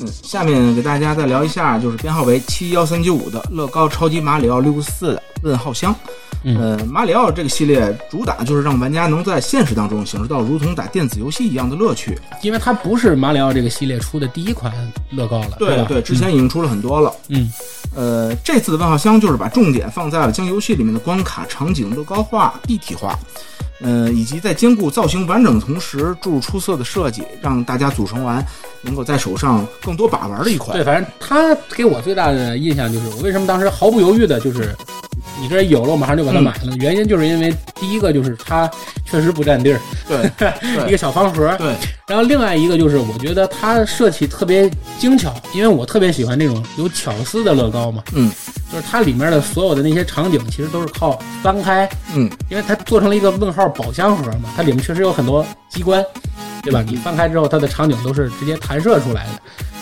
嗯。下面给大家再聊一下，就是编号为七幺三九五的乐高超级马里奥六四的问号箱。
嗯
呃，马里奥这个系列主打就是让玩家能在现实当中享受到如同打电子游戏一样的乐趣。
因为它不是马里奥这个系列出的第一款乐高了，
对啊
吧？
对，之前已经出了很多了。
嗯，
呃，这次的万号箱就是把重点放在了将游戏里面的关卡场景乐高化、立体化，呃，以及在兼顾造型完整的同时，注入出色的设计，让大家组成完能够在手上更多把玩的一款。
对，反正它给我最大的印象就是，我为什么当时毫不犹豫的，就是你这儿有了，我马上就把它买了。原因就是因为第一个就是它确实不占地儿，
对
一个小方盒。
对
然后另外一个就是，我觉得它设计特别精巧，因为我特别喜欢那种有巧思的乐高嘛。
嗯，
就是它里面的所有的那些场景，其实都是靠翻开，
嗯，
因为它做成了一个问号宝箱盒嘛，它里面确实有很多机关，对
嗯
吧？你翻开之后，它的场景都是直接弹射出来的，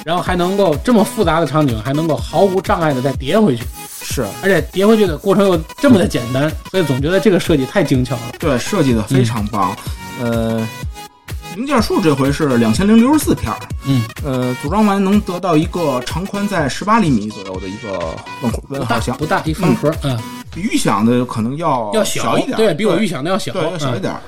然后还能够这么复杂的场景，还能够毫无障碍的再叠回去，
是
而且叠回去的过程又这么的简单，所以总觉得这个设计太精巧了。
对，设计的非常棒。
嗯
呃，零件数这回是两千零六十四片儿，
嗯，
呃，组装完能得到一个长宽在十八厘米左右的一个问
不
问
大
号箱，
不大一方盒，嗯，
比预想的可能要
要
哦小一点儿，
对比我
对
预想的要小，
对，要小一
嗯
点儿。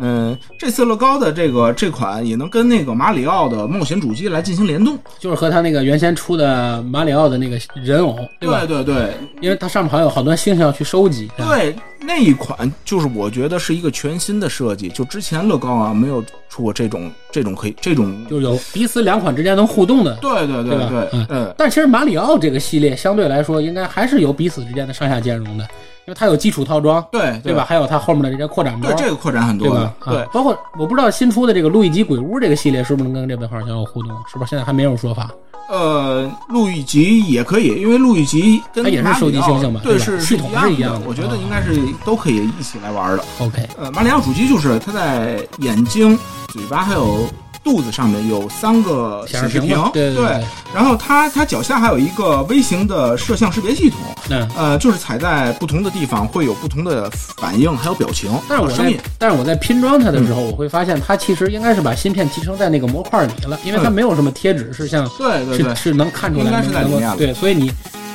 嗯，这次乐高的这个这款也能跟那个马里奥的冒险主机来进行联动。
就是和他那个原先出的马里奥的那个人偶，对吧？嗯
对对对，
因为它上面好像有好多星星要去收集。是吧，
对，那一款就是我觉得是一个全新的设计，就之前乐高啊没有出过这种这种可以这种，
就有彼此两款之间能互动的。
对对对
对吧
对，嗯，
但其实马里奥这个系列相对来说，应该还是有彼此之间的上下兼容的，因为它有基础套装，
对
对吧？？还有它后面的这些扩展包
对，，这个扩展很
对
多
吧
的？，
啊
对，
包括我不知道新出的这个《路易吉鬼屋》这个系列是不是能跟这本画相有互动，是不是现在还没有说法？
呃，路易吉也可以，因为路易吉跟
它也是
马里奥
收集星星嘛
对，
对吧
是
系统是
是
一样的
的，我觉
啊
得应该是都可以一起来玩的。
OK，
呃，马里奥主机就是它在眼睛、嘴巴还有肚子上面有三个显示
屏嘛，对对，
然后它它脚下还有一个微型的摄像识别系统，
嗯。
呃，就是踩在不同的地方会有不同的反应，还有表情，啊
但是我
声
在
音。
但是我在拼装它的时候，我会发现它其实应该是把芯片集成在那个模块里了，因为它
嗯
没有什么贴纸是像
对对
是
对，
是能看出来，
应该是在
能
里面
够
了
对，所以你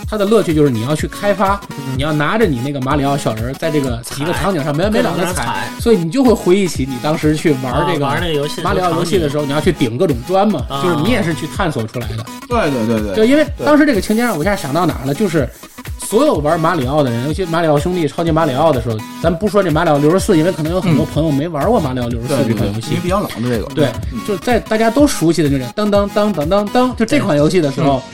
它的乐趣就是你要去开发，你要拿着你那个马里奥小人儿在这个一个场景上没完没了
各
的
种
踩，
踩，
所以你就会回忆起你当时去玩这
啊玩
个。
那个游戏，
马里奥游戏的时候，你要去顶各种砖嘛，
啊
就是你也是去探索出来的。
对对对
就
对，
因为
对
当时这个情节让我一下想到哪儿了，就是所有玩马里奥的人，尤其马里奥兄弟、超级马里奥的时候，咱不说这马里奥六十四，因为可能有很多朋友没玩过马里奥六十
对
四这
对对嗯
款游，
因
戏
为，比较老的这个，
对，就是在大家都熟悉的那种当当当当当当，就这款游戏的时候，
嗯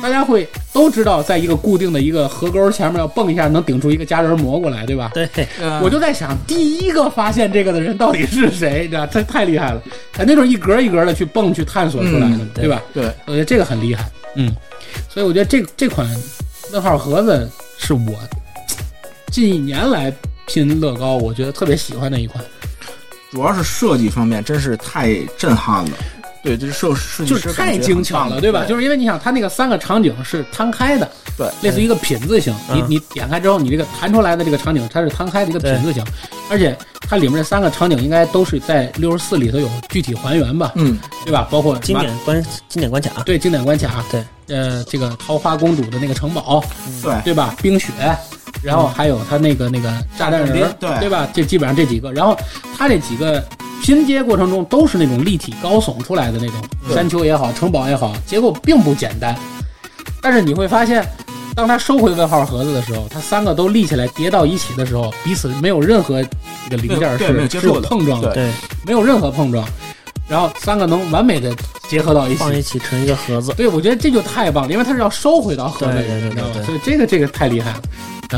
大家会都知道，在一个固定的一个河沟前面要蹦一下，能顶出一个加人蘑菇来，对吧？
对，
呃
我就在想，第一个发现这个的人到底是谁？你知道，他太厉害了，哎，那种一格一格的去蹦去探索出来的嘛，
嗯
对吧？
对
我觉得这个很厉害，嗯，所以我觉得这这款问号盒子是我近一年来拼乐高，我觉得特别喜欢的一款。
主要是设计方面真是太震撼了。对，这设设计
就是
师嗯感觉
太精巧
很
了，
棒
对吧？就是因为你想，它那个三个场景是摊开的，
对
类似于一个品字形。
嗯
你你点开之后，你这个弹出来的这个场景，它是摊开的一个品字形，而且它里面这三个场景应该都是在六十四里头有具体还原吧，
嗯，
对吧？包括
经典关经典关卡，
对经典关卡，
对，
呃，这个桃花公主的那个城堡，
对
对吧？冰雪，然后还有他那个那个炸弹人，
对
对吧？这基本上这几个，然后他这几个拼接过程中都是那种立体高耸出来的那种
对
山丘也好，城堡也好，结构并不简单。但是你会发现，当他收回问号盒子的时候，他三个都立起来叠到一起的时候，彼此没有任何这个零件
对对没有
是
接
是有
触的
碰撞的，
对
对，
没有任何碰撞，然后三个能完美的结合到一起
放。一起成一个盒子，
对，我觉得这就太棒了，因为它是要收回到盒子里的，
对对对
你知道吧
对？对
所以这个这个太厉害了，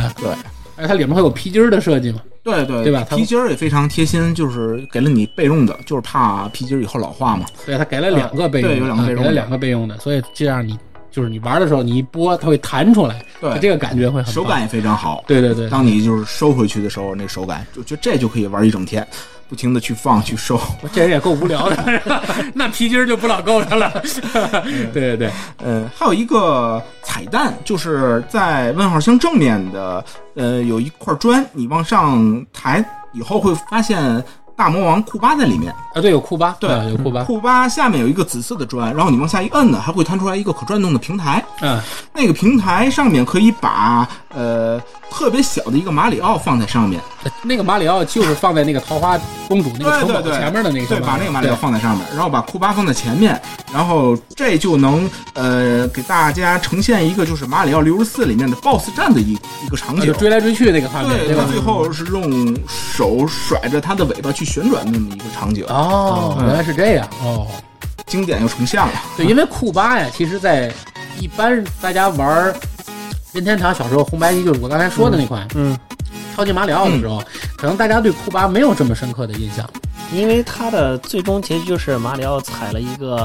啊，
对，
而且它里面会有皮筋儿的设计嘛，
对对
对吧它
皮筋儿也非常贴心，就是给了你备用的，就是怕皮筋儿以后老化嘛。
对，它给了两个备用的，
对有两个
啊
备
给
用
了
的
两个备用的，所以这样你就是你玩的时候，你一拨它会弹出来，
对，
这个感觉会很棒
手，感也非常好。
对对对，
当你就是收回去的时候，那手感，就就这就可以玩一整天，不停的去放去收。 *laughs*
我这人也够无聊的， *laughs* 那皮筋儿就不老够他了，对对啊对，
呃，还有一个彩蛋，就是在问号星正面的，呃，有一块砖，你往上抬以后会发现大魔王库巴在里面。
啊对，有库巴，
对
啊有库巴，
库巴下面有一个紫色的砖，然后你往下一摁呢，还会弹出来一个可转动的平台。
嗯，
那个平台上面可以把呃特别小的一个马里奥放在上面，
那个马里奥就是放在那个桃花公主那个
对
城堡
对对，
前面的那个
对，
小
把那个马里奥
对
放在上面，然后把库巴放在前面，然后这就能呃给大家呈现一个就是马里奥六十四里面的 BOSS 战的一一个场
啊
景
就。追来追去那个画面，
对
对
他
吧？
最后是用手甩着他的尾巴去旋转那么一个场景，
哦，
嗯
原来是这样哦。
经典又重现了。
对，因为库巴呀，其实，在一般大家玩儿任天堂小时候红白机，就是我刚才说的那款
嗯，
超级马里奥的时候，可能大家对库巴没有这么深刻的印象。
因为它的最终结局就是马里奥踩了一个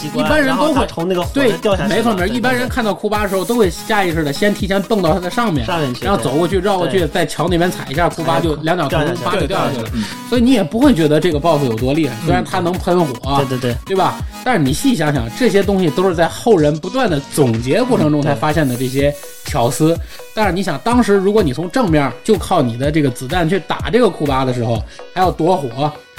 机关，
一般人
然后
都
他
会
从那个火
对
上掉下，去了，
没错没
对
错，一般人看到库巴的时候，都会下意识的先提前蹦到它的上面。
上面去，哎
然后走过去，绕过去，在桥那边踩一下，库巴就两脚头
掉下去
啪就
对
掉下去了
对。
嗯
所以你也不会觉得这个 BOSS 有多厉害，虽然它能喷火，啊
对，对对对，
对吧？但是你细想想，这些东西都是在后人不断的总结过程中才发现的这些巧思。但是你想，当时如果你从正面就靠你的这个子弹去打这个库巴的时候，还要躲火，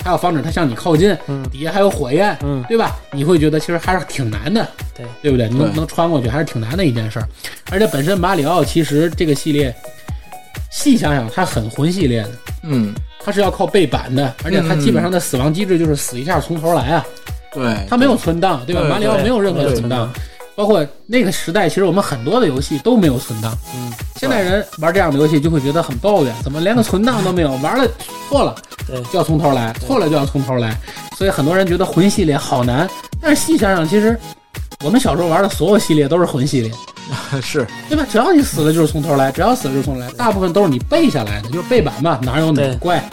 还要防止它向你靠近，
嗯
底下还有火焰，
嗯，
对吧？你会觉得其实还是挺难的，
对
对不对？你
对
能能穿过去还是挺难的一件事儿。而且本身马里奥其实这个系列细想想，它很魂系列的，
嗯，
它是要靠背板的，而且
嗯
它基本上的死亡机制就是死一下从头来啊，
对，
它没有存档，对吧？
对
马里奥
对
没有任何
对
存档，包括那个时代，其实我们很多的游戏都没有存档。
嗯，
现代人玩这样的游戏就会觉得很抱怨，怎么连个存档都没有？玩了错了，
对
就要从头来，错了就要从头来。所以很多人觉得魂系列好难，但是细想想，其实我们小时候玩的所有系列都是魂系列，
*laughs* 是
对吧？只要你死了就是从头来，只要死了就是从头来，大部分都是你背下来的，就是背板嘛，哪有哪个
对
怪，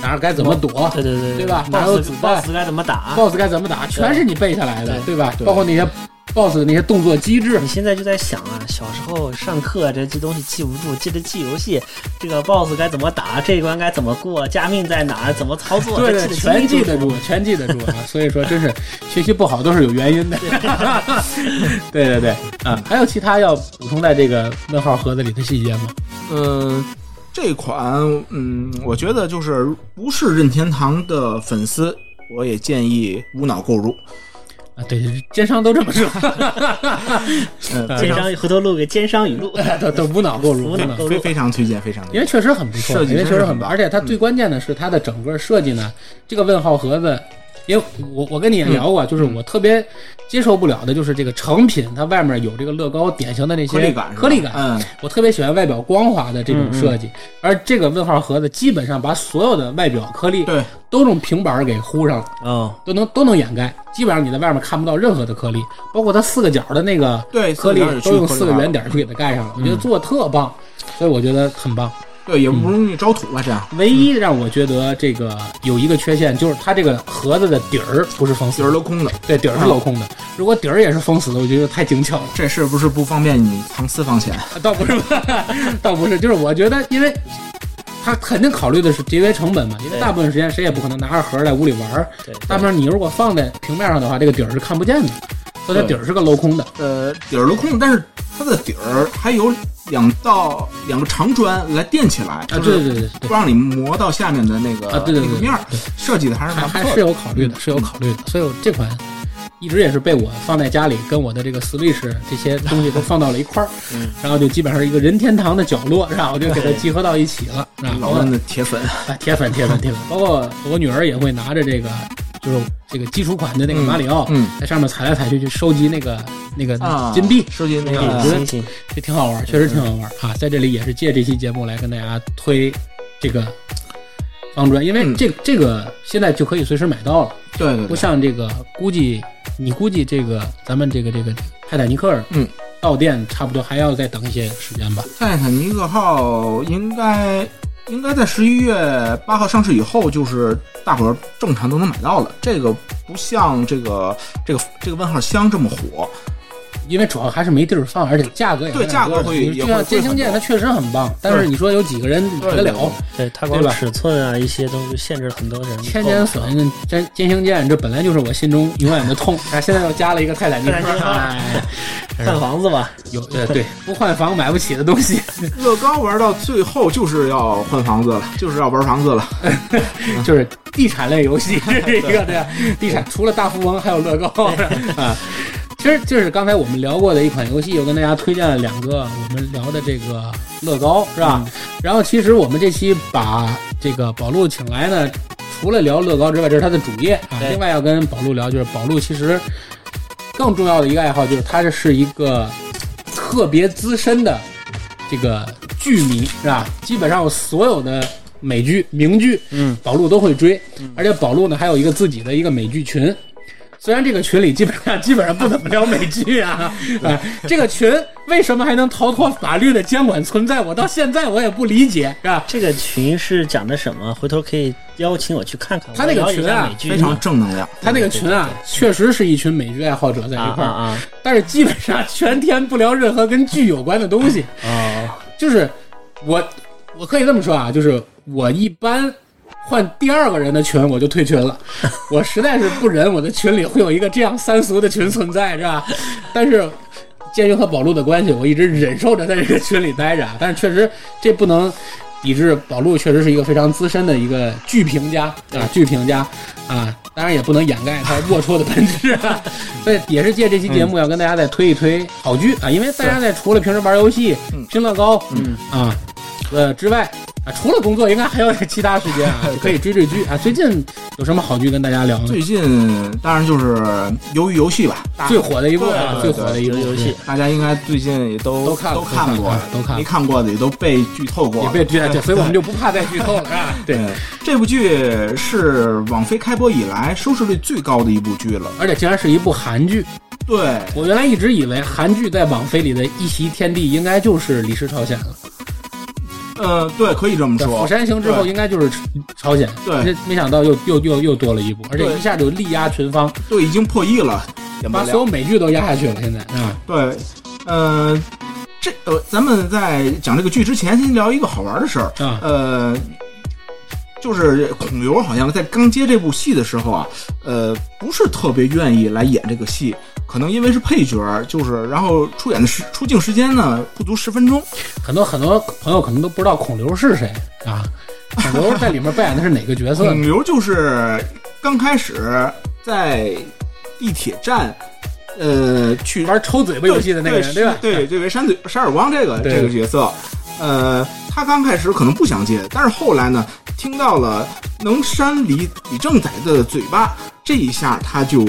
哪儿该怎么躲
对对对
对吧哪有
？boss
子弹
boss 该怎么打？
，BOSS 该怎么打，全是你背下来的，
啊对
对吧？
对
包括那些 BOSS 的那些动作机制
你，现在就在想啊，小时候上课啊这这东西记不住，记得记游戏，这个 boss 该怎么打，这一关该怎么过，加命在哪儿，怎么操作，
对
这
对，
清
全记
清
得
楚
住
*laughs* 楚。，
全记得住啊！所以说，真是学习不好都是有原因
*laughs*
的。对对对，
嗯
啊，还有其他要补充在这个问号盒子里的细节吗？
嗯，这款，嗯，我觉得就是不是任天堂的粉丝，我也建议无脑购入。
啊，对，奸商都这
*laughs*
么说，
嗯，非
奸
常
商回头录个奸商语录，
都都无脑购入，
无脑购入
非非常推荐，非常推
因
荐。
为确实很不错，
设计
因为确实
真是嗯
很
很
棒，
棒
而且它最关键的是它的整个设计呢，这个问号盒子，因为我我跟你也
嗯
聊过，就是我特别接受不了的就是这个成品，它外面有这个乐高典型的那些
颗粒感是吧，
颗粒感，
嗯，
我特别喜欢外表光滑的这种设计，而这个问号盒子基本上把所有的外表颗粒
对，
都用平板儿给糊上了，
哦， *laughs*
都能都能掩盖，基本上你在外面看不到任何的颗粒，包括它四个角的那个
对
颗粒
四个角也去
都用
颗粒嗯
四个
化
圆点儿去给它盖上了，我觉得做的特棒，所以我觉得很棒。
对，也不容易招土吧？这样
唯一让我觉得这个有一个缺陷，就是它这个盒子的底儿不是封死
底儿
的，
镂空的，
对，底儿是镂空的。如果底儿也是封死的，我觉得太精巧了。
*laughs* 这是不是不方便你藏私房钱？
啊倒不是，倒不是，就是我觉得，因为他肯定考虑的是节约成本嘛，因为
对
大部分时间谁也不可能拿着盒儿在屋里玩儿。
对，
大部分你如果放在平面上的话，这个底儿是看不见的，所以它底儿是个镂空的。啊
呃，底儿镂空，但是它的底儿还有两道两个长砖来垫起来，
啊，
就
对
是
对对对
不。让你磨到下面的那个
啊对对对
那个面儿，设计的还是
还
蛮不
还
错
啊是
的。
有考虑的，是有考虑的。所以我这款一直也是被我放在家里，跟我的这个 Switch 这些东西都放到了一块儿，
嗯
然后就基本上是一个任天堂的角落，然后我就给它集合到一起了，然后
哎老任的铁粉，
啊，铁粉铁粉铁粉，包括我女儿也会拿着这个。就是这个基础款的那个马里奥，
嗯
在上面踩来踩去去收集那个那个
啊，
金币，
收集
嗯
那个
觉得
行行，
这挺好玩，确实挺好玩啊！在这里也是借这期节目来跟大家推这个方砖，因为
嗯
这这个现在就可以随时买到了，
对对
不
对，
像这个，估计你估计这个咱们这个这个泰坦尼克尔，
嗯，
到店差不多还要再等一些时间吧。
泰坦尼克号应该应该在十一月八号上市以后，就是大伙儿正常都能买到了。这个不像这个这个这个问号箱这么火，
因为主要还是没地儿放，而且价格也
对
有点
价格
高
会
你
也
就
会
像
会
歼星
很
舰，
高
它确实很棒，但是
对
你说有几个人买得
对对
了？
对它
对
光
吧
尺寸啊一些东西就限制了很多人。哦
千年隼、歼歼星舰，这本来就是我心中永远的痛，啊，现在又加了一个泰坦尼克
泰坦尼克
尔，
号
哎
看房子吧，
有呃对，不换房买不起的东西，
乐高玩到最后就是要换房子了，就是要玩房子
嗯
了。
就是地产类游戏是一个的地产，除了大富翁还有乐高 *laughs* 啊。其实就是刚才我们聊过的一款游戏，我跟大家推荐了两个我们聊的这个乐高，是吧？然后其实我们这期把这个宝路请来呢，除了聊乐高之外，这是他的主业啊。
对
另外要跟宝路聊，就是宝路其实更重要的一个爱好就是他是一个特别资深的这个剧迷，是吧？基本上所有的美剧、名剧，
嗯，
宝路都会追，而且宝路呢还有一个自己的一个美剧群。虽然这个群里基本上 *laughs* 基本上不怎么聊美剧
*laughs*
啊，啊，这个群为什么还能逃脱法律的监管存在？我到现在我也不理解，是吧？
这个群是讲的什么？回头可以邀请我去看看。
他那个
我了解一
群啊
下美剧
非常正能量。
他那个群啊，确实是一群美剧爱好者在
啊
一
啊
块儿，
啊！
但是基本上全天不聊任何跟剧有关的东西。
哦，
就是我，我可以这么说啊，就是我一般换第二个人的群我就退群了，我实在是不忍我的群里会有一个这样三俗的群存在，是吧？但是鉴于和宝路的关系，我一直忍受着在这个群里待着，啊。但是确实这不能。抵制宝路确实是一个非常资深的一个剧评家啊，剧评家啊，当然也不能掩盖他龌龊的本质、啊，所以也是借这期节目要跟大家再推一推好剧啊，因为大家在除了平时玩游戏、拼乐高，
嗯
啊，呃之外啊，除了工作，应该还有点其他时间
*laughs*
啊，就可以追追剧啊。最近有什么好剧跟大家聊呢？
最近当然就是《鱿鱼游戏》吧，大
最火的一部啊，最
对对
火的一部
游戏，
大家应该最近也都
都看了
都看过
都看了，都看了
没看过的也都被剧透过
也
了。
别剧透，对所以我们就不怕再剧透了，是啊
*laughs*
吧？
对，这部剧是网飞开播以来收视率最高的一部剧了。
而且竟然是一部韩剧，
对，
我原来一直以为韩剧在网飞里的一席天地应该就是《李氏朝鲜》了，
呃，对，可以这么
对《
说
釜。山行》之后
对
应该就是朝鲜，
对
这没想到又又又又多了一部，而且
对
一下就力压群芳，
对，已经破亿了，演不
把
了
所。有美剧都压下去了，现在啊，
对，呃，这呃，咱们在讲这个剧之前，先聊一个好玩的事儿。
啊
呃，就是孔刘好像在刚接这部戏的时候啊，呃，不是特别愿意来演这个戏，可能因为是配角儿，就是然后出演的时出镜时间呢不足十分钟。
很多很多朋友可能都不知道孔刘是谁 *laughs* 啊，孔刘在里面扮演的是哪个角色
孔刘就是刚开始在地铁站，呃，去
玩抽嘴巴游戏的那个人，
对
吧？
对，这位山嘴沙尔光这个
对
这个角色，呃，他刚开始可能不想接，但是后来呢，听到了能扇李李正宰的嘴巴，这一下他就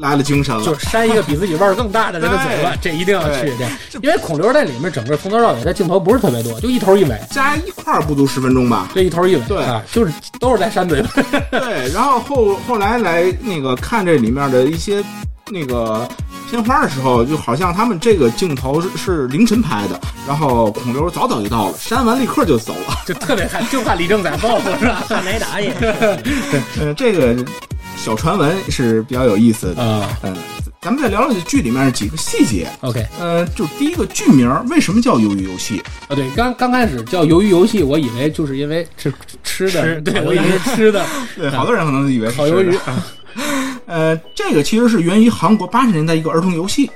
来了精神了。
就是扇一个比自己腕儿更大的人的嘴巴
哎，
这一定要去
对
对，因为孔刘在里面整个从头到尾，他镜头不是特别多，就一头一尾，，
加一块儿不足十分钟吧
这一头一尾，
对
啊，就是都是在扇嘴巴。 *laughs*
对。然后后后来来那个看这里面的一些那个片花的时候，就好像他们这个镜头是是凌晨拍的，然后孔刘早早就到了，扇完立刻就走了。
就特别看，就怕李正宰报复是吧？
看挨
*laughs*
打也是。
呃，这个小传闻是比较有意思的。
啊、
嗯，咱们再聊聊这剧里面的几个细节。
o k
呃，就第一个剧名为什么叫《鱿鱼游戏》？
啊，对，刚刚开始叫鱿鱼游戏，我以为就是因为吃吃的，
吃
对
烤鱿鱼
我以为 *laughs* 是吃的
对，好多人可能以为
啊
是
烤鱿鱼
吃的。
啊。
呃，这个其实是源于韩国八十年代一个儿童游
啊
戏。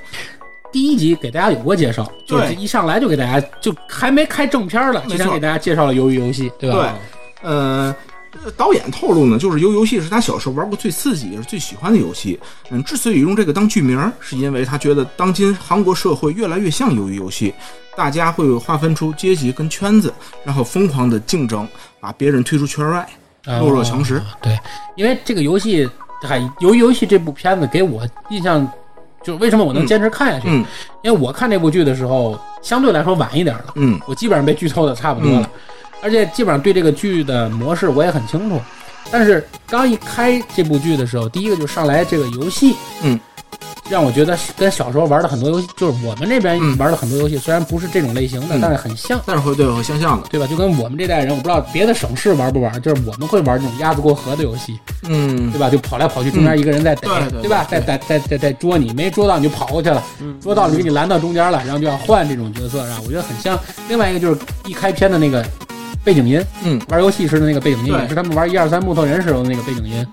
第一集给大家有过介绍，就是
对
一上来就给大家就还没开正片儿了，
没
就
错
先给大家介绍了鱿鱼游戏，对吧？
呃，导演透露呢，就是《鱿鱼游戏》是他小时候玩过最刺激也是最喜欢的游戏。嗯，之所以用这个当剧名，是因为他觉得当今韩国社会越来越像鱿鱼游戏，大家会划分出阶级跟圈子，然后疯狂的竞争，把别人推出圈外，
啊
弱肉强食。
对，因为这个游戏，哎，鱿鱼游戏这部片子给我印象，就是为什么我能坚持看下去？
嗯
因为我看这部剧的时候，相对来说晚一点了，
嗯，
我基本上被剧透的差不多了，而且基本上对这个剧的模式我也很清楚。但是刚一开这部剧的时候，第一个就上来这个游戏，
嗯，
让我觉得是跟小时候玩的很多游戏，就是我们这边
嗯
玩的很多游戏，虽然不是这种类型的，
嗯
但是很像。
但是会对会相像的。
对吧？就跟我们这代人，我不知道别的省市玩不玩，就是我们会玩这种鸭子过河的游戏，
嗯
对吧？就跑来跑去，中间一个人在逮，
对对嗯
吧？在在在在在捉你，没捉到你就跑过去了，捉到了给你拦到中间了，然后就要换这种角色，啊，我觉得很像。另外一个就是一开篇的那个背景音，
嗯，
玩游戏时的那个背景音，
对
也是他们玩一二三木头人时候的那个背景音，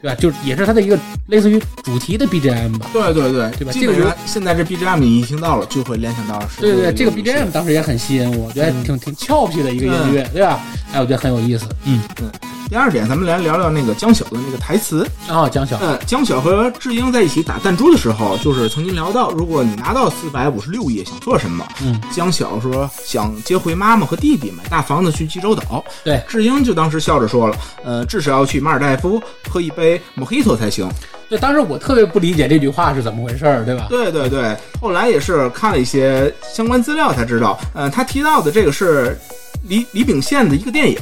对吧？就是也是它的一个类似于主题的 BGM 吧。
对对对，
对吧
基本
这个
上现在这 BGM 你一听到了，就会联想到是
对对，对，这个
游戏
BGM 当时也很吸引我，我觉得挺挺俏皮的一个音
嗯
乐，对吧？哎，我觉得很有意思。嗯，
第二点，咱们来聊聊那个江晓的那个台词。
然后讲小
呃，江晓和智英在一起打弹珠的时候，就是曾经聊到，如果你拿到四百五十六亿，想做什么？
嗯，
江晓说想接回妈妈和弟弟，买大房子去济州岛。
对
智英就当时笑着说了，呃，至少要去马尔代夫喝一杯 Mojito 才行。
对，当时我特别不理解这句话是怎么回事儿，对吧？
对对对，后来也是看了一些相关资料才知道，呃，他提到的这个是李李秉宪的一个电影，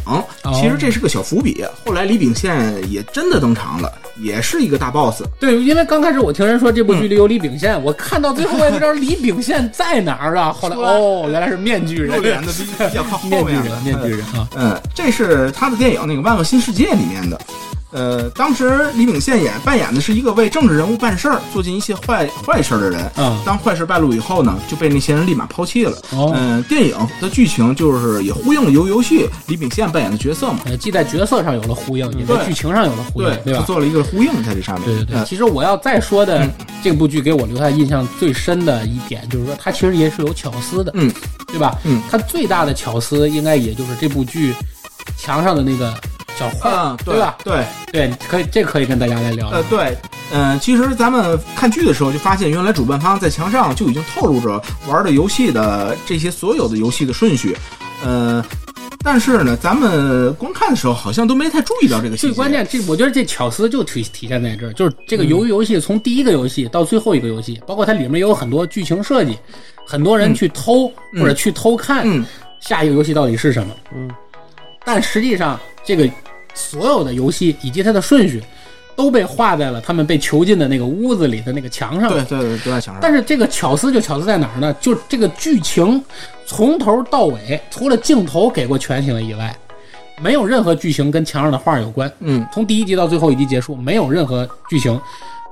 其实这是个小伏笔。后来李秉宪也真的登场了，也是一个大 boss。
对，因为刚开始我听人说这部剧
嗯
里有李秉宪，我看到最后我也不知道李秉宪在哪儿啊。后来
出来
哦，原来是面具人，
露脸 *laughs* 的比比较靠后
面具
面的
人，面具人啊。
嗯，这是他的电影《那个万恶新世界》里面的。呃，当时李秉宪演扮演的是一个为政治人物办事儿、做尽一切坏坏事儿的人。
嗯
当坏事败露以后呢，就被那些人立马抛弃了。
哦
嗯、电影的剧情就是也呼应了《鱿鱼游戏》李秉宪扮演的角色嘛。
呃，既在角色上有了呼应，也在
对
剧情上有了呼应，对
就
吧？
做了一嗯个呼应在这上面。
对对对，
呃
其实我要再说的这部剧给我留下印象最深的一点，就是说它其实也是有巧思的，
嗯，
对吧？
嗯，
它最大的巧思应该也就是这部剧墙上的那个小画，
嗯，
对吧？
对，
对，可以，这可以跟大家来聊聊
呃，，对，嗯，其实咱们看剧的时候就发现，原来主办方在墙上就已经透露着玩的游戏的这些所有的游戏的顺序，呃，但是呢，咱们观看的时候好像都没太注意到这个细节。
最关键，这我觉得这巧思就体体现在这儿，就是这个鱿鱼游戏从第一个游戏到最后一个游戏，包括它里面也有很多剧情设计，很多人去偷、或者去偷看、
嗯，
下一个游戏到底是什么。
嗯，
但实际上这个所有的游戏以及它的顺序都被画在了他们被囚禁的那个屋子里的那个墙上。
对对对，都在墙上。
但是这个巧思就巧思在哪儿呢？就这个剧情从头到尾，除了镜头给过全景以外，没有任何剧情跟墙上的画有关。
嗯，
从第一集到最后一集结束，没有任何剧情，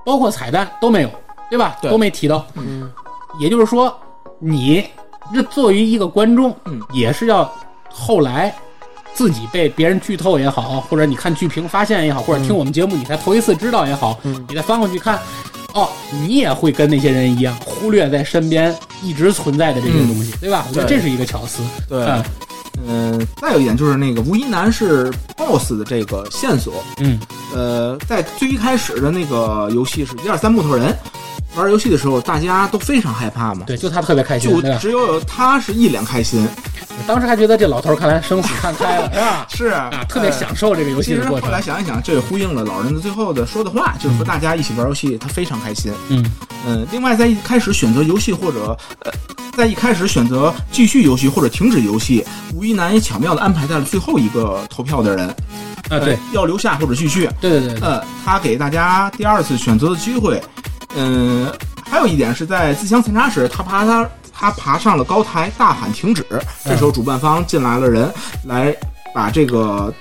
包括彩蛋都没有，对吧？
对
都没提到。
嗯，
也就是说，你这作为一个观众，
嗯
也是要后来自己被别人剧透也好，或者你看剧评发现
嗯
也好，或者听我们节目你才头一次知道也好，你再翻过去看，哦，你也会跟那些人一样，忽略在身边一直存在的这些东西，对吧？我觉得
嗯对
这是一个巧思。
对，
嗯
嗯、再有一点就是那个吴一男是 BOSS 的这个线索，
嗯，
呃，在最一开始的那个游戏是一二三木头人，玩游戏的时候大家都非常害怕嘛，
对，就他特别开心，
嗯就
对吧？
只有他是一脸开心，
我当时还觉得这老头儿看来生死看开了，是吧？
是
啊
*laughs* 啊，
特别享受这个游戏
其
的
实
过
后
程。
来想一想，这也呼应了老人的最后的说的话，就是说大家一起玩游戏，他非常开心。
嗯，
嗯，另外在一开始选择游戏或者呃，在一开始选择继续游戏或者停止游戏，吴一男也巧妙的安排在了最后一个投票的人，
啊，对
呃，要留下或者继续。
对对对对，
呃，他给大家第二次选择的机会。嗯，还有一点是在自相残杀时，他爬他他爬上了高台，大喊停止。这时候主办方进来了人，来把这个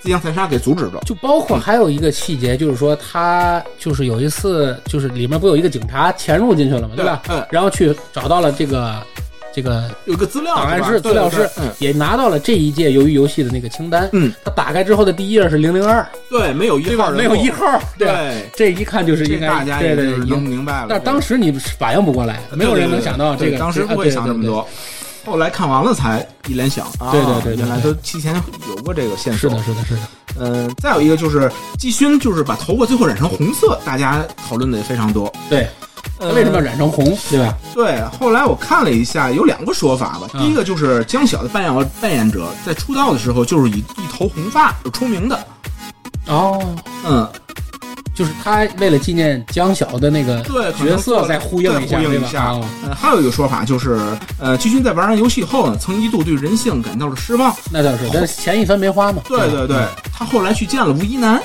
自相残杀给阻止了。
就包括还有一个细节，就是说他就是有一次，就是里面不有一个警察潜入进去了嘛，对吧？
嗯，
然后去找到了这个这个
有一个资料
档案
是吧
室
对
资料
对
室
嗯，
也拿到了这一届鱿鱼游戏的那个清单。
嗯，
他打开之后的第一页是零零二，
对，没有一
对
号
吧？
人
没有
物
一，号，
对，
吧，这一看就是
这
应该
大家
对
也
对
是
对
能
应。
明白了。
但
对
当时你反应不过来，没有人能想到这
对
个，啊
当时
这
不会想这么。多。后来看完了才一联想，啊
对对对对
原来都提前有过这个线
啊
索。
对对对对是的，是的，是的。
嗯，再有一个就是季勋，就是把头发最后染成红色，大家讨论的也非常多。
对，
呃
为什么要染成红，对吧？
对，后来我看了一下，有两个说法吧。
嗯
第一个就是江晓的扮演扮演者在出道的时候就是以一头红发而出名的。
哦，
嗯，
就是他为了纪念江晓的那个
对，可能
角色，再呼应一下，
对呼
对
应一
吧？
下。
啊，
呃，还有一个说法就是，呃，季勋在玩完游戏后呢，曾一度对人性感到了失望。
那倒是，但是钱一分没花嘛。
对对
嗯
对，他后来去见了吴一男，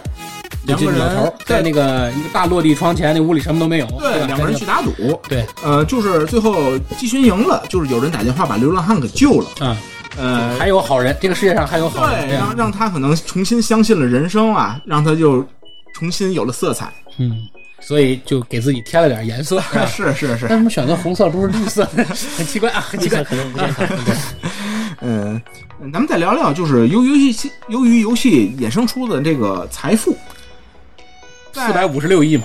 就
两个
这老头
人
儿在那个一个大落地窗前，那屋里什么都没有，
对
吧
两个人去打赌。
对，
呃，就是最后季勋赢了，就是有人打电话把流浪汉给救了。
啊，
呃，
还有好人，这个世界上还有好人，
对，
对吧
让让他可能重新相信了人生啊，让他就重新有了色彩。
嗯，所以就给自己添了点
*laughs*
颜色。是吧
是是
*laughs* 但
是，
为什么选择红色不是绿色？ *laughs* 很奇怪啊，很奇怪。
可能不健康。
嗯，咱们再聊聊，就是由于游戏由于游戏衍生出的这个财富。
四百五十六亿嘛，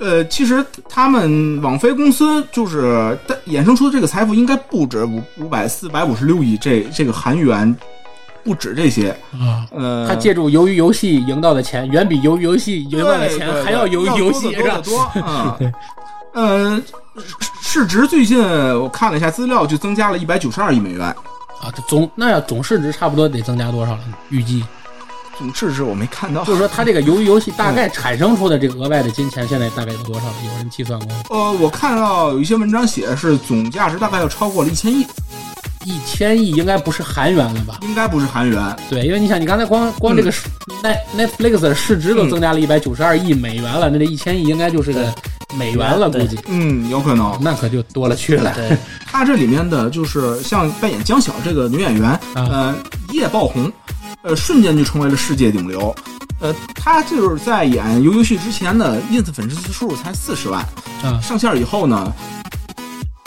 呃，其实他们网飞公司就是但衍生出的这个财富，应该不止五五百四百五十六亿这这个韩元，不止这些。
啊。
呃，
他借助鱿鱼游戏赢到的钱，远比鱿鱼游戏赢
对
到的钱
呃对对
还要由于游戏是
多得
吧？
多得多啊。呃，市市值最近我看了一下资料，就增加了一百九十二亿美元。
啊，这总那要总市值差不多得增加多少了呢？预计
总市嗯值我没看到
就。是说，他这个鱿鱼游戏大
嗯
概产生出的这个额外的金钱，现在大概有多少？有人计算过吗？
呃，我看到有一些文章写的是总价值大概要超过了一千亿，
一千亿应该不是韩元了吧？
应该不是韩元。
对，因为你想，你刚才光光
嗯
这个数奈 Netflix 的市值都增加了一百九十二亿美元了，那这一千亿应该就是个美元了，估
对
计
嗯，有可能。
那可就多了去了。
对，
他这里面的就是像扮演江晓这个女演员，
啊
呃，一夜爆红，呃，瞬间就成为了世界顶流。呃，她就是在演《鱿鱼游戏》之前呢，ins 粉丝数才四十万，
嗯
上线以后呢，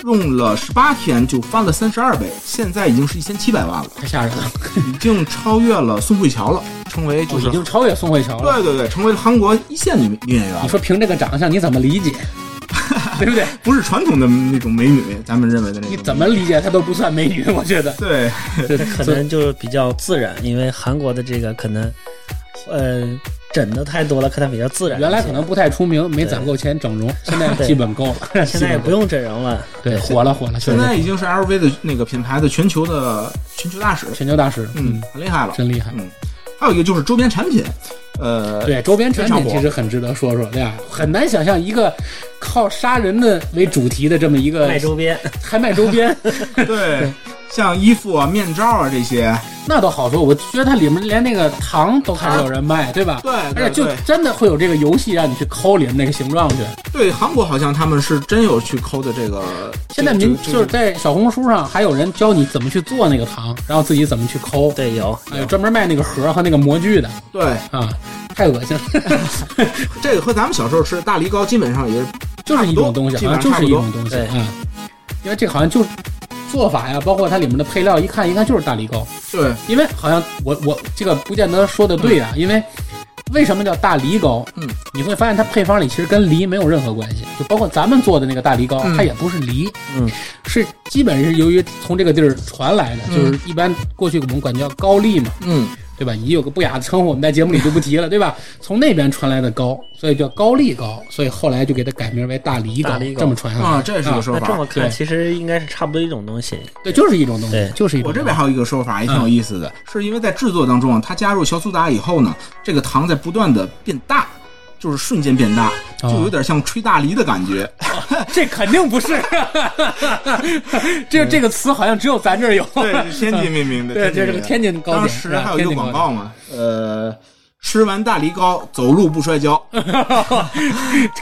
用了十八天就翻了三十二倍，现在已经是一千七百万了，
太吓人了，
已经超越了宋慧乔了，成为就
已
是、
经超越宋慧乔了。
对对对，成为了韩国一线女女演员
你
了，
说凭这个长相，你怎么理解？ *laughs* 对不对？
不是传统的那种美女，咱们认为的那种。
你怎么？理解她都不算美女，我觉
*laughs*
得。
对，
这
可能就是比较自然，因为韩国的这个可能，呃，枕的太多了，可它比较自然一些。
原来可能不太出名，没攒够钱整容，现在基本够了。
现
*laughs*
在也不用整容了，
对火了火了，
现在已经是 LV 的那个品牌的全球的全球大使，
全球大使，
嗯，很厉害了，
真厉害。
嗯，还有一个就是周边产品，呃，
对周边产
非常
品
火
其实很值得说说，对吧？很难想象一个靠杀人的为主题的这么一个
卖
*laughs*
周边，
还卖周边，
对，像衣服啊、面罩啊这些，
那倒好说。我觉得它里面连那个糖都开始有人卖，对吧？
对，
而且
对
就
对
真的会有这个游戏让你去抠里面那个形状去。
对，韩国好像他们是真有去抠的这个。
现在
这
您
个这
就是
个
在小红书上还有人教你怎么去做那个糖，然后自己怎么去抠，
对，有
啊，有专门卖那个盒和那个模具的
对
啊，太恶心了，
*laughs* 这个和咱们小时候吃的大梨膏基本上也是
就是一种东西，
基
好
本
像
上
就是一
差
种东西
对
啊，因为这个好像就是做法呀，包括它里面的配料，一看一看就是大梨膏，
对，
因为好像我我这个不见得说的对啊，因为。为什么叫大梨膏？
嗯，
你会发现它配方里其实跟梨没有任何关系，就包括咱们做的那个大梨膏，
嗯
它也不是梨，
嗯，
是基本是由于从这个地儿传来的，
嗯
就是一般过去我们管叫高丽嘛，
嗯，
对吧？也有个不雅的称呼，我们在节目里就不提了，对
*laughs*
吧？从那边传来的高，所以叫高丽高，所以后来就给它改名为大梨高
大梨，膏
这么传下来。
啊，这是个
那
说
这
法。
么看，
对
其实应该是差不多一种东西。
对，就是一种东西
对，
就是一种
我
东西。
这 *laughs* 边还有一个说法也挺有意思的，是因为在制作当中啊，它加入小苏打以后呢，这个糖在不断的变大，就是瞬间变大，就有点像吹大梨的感觉。
这肯定不是， *laughs* 这这个词好像只有咱这儿有。
对，是天津命名的。
*laughs* 对，这
天津
是
命
个天津糕点。
名的当时还有一
天
个
津糕
广
点
告嘛，呃，吃完大梨膏走路不摔跤。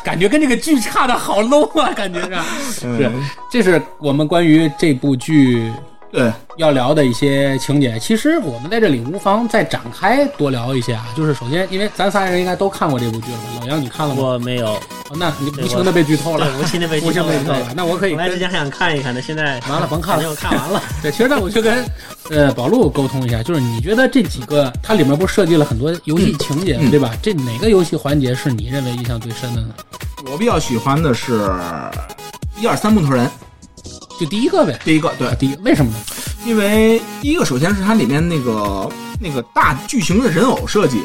感觉跟这个剧差的好 low 啊，感觉 *laughs* 是。
嗯
是，这是我们关于这部剧
对，
要聊的一些情节。其实我们在这里无妨再展开多聊一些啊，就是首先，因为咱仨人应该都看过这部剧了吧？老杨你看了吗？
我没有，
哦那你
对
无情
我
的被剧透了
对，，无情的被
无情
了
被剧透了。。 *laughs* 那我可
对
以
本来之
跟
前还想看一看的，现在
完了甭看
反
了
正。我看完了。
对，其实那我去跟呃宝路沟通一下，就是你觉得这几个它里面不是设计了很多游戏情节、
嗯
对吧？这哪个游戏环节是你认为印象最深的呢？
我比较喜欢的是一二三木头人，
就第一个呗，
第一个对
啊，，第一为什么呢？
因为第一个首先是它里面那个那个大巨型的人偶设计，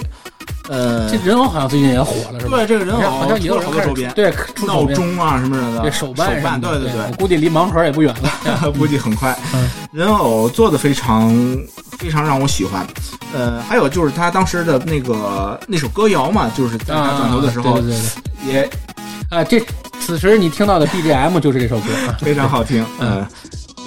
呃
这，人偶好像最近也火了，是吧？
对这个人偶
好像也有
出了
人
好
开
多
始
周边，
对，出手
闹
边
钟啊什么的，
对
手
办手
办，对
对
对
我估计离盲盒也不远了。
对， *laughs* 估计很快
嗯。
人偶做的非常非常让我喜欢，呃，还有就是他当时的那个那首歌谣嘛，就是在他转头的时候
啊对对对对，
也
啊，这此时你听到的 BGM 就是这首歌啊，
非常好听，
*laughs* 嗯
嗯。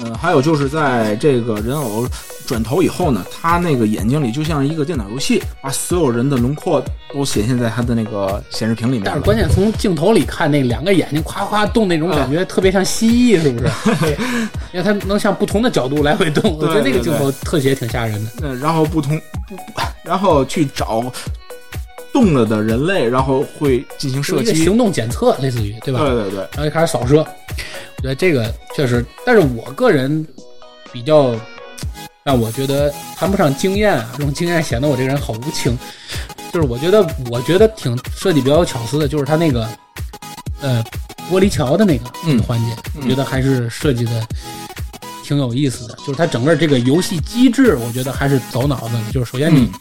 呃，还有就是在这个人偶转头以后呢，他那个眼睛里就像一个电脑游戏，把所有人的轮廓都显现在他的那个显示屏里面
但是
了。
关键从镜头里看，那两个眼睛夸夸动那种感
啊
觉，特别像蜥蜴，是不是？
*laughs*
因为它能向不同的角度来回动，我觉得那
对对
个镜头特写挺吓人的。
呃，然后不同 *laughs* 不，然后去找动了的人类，然后会进行射
是一个
击。
行动检测，类似于对吧？
对对对，
然后就开始扫射，我觉得这个确实，但是我个人比较让我觉得谈不上经验啊，这种经验显得我这个人好无情。就是我觉得，我觉得挺设计比较有巧思的，就是他那个呃玻璃桥的那个
嗯
环节，
嗯
我觉得还是设计的挺有意思的。就是它整个这个游戏机制，我觉得还是走脑子的。就是首先你
嗯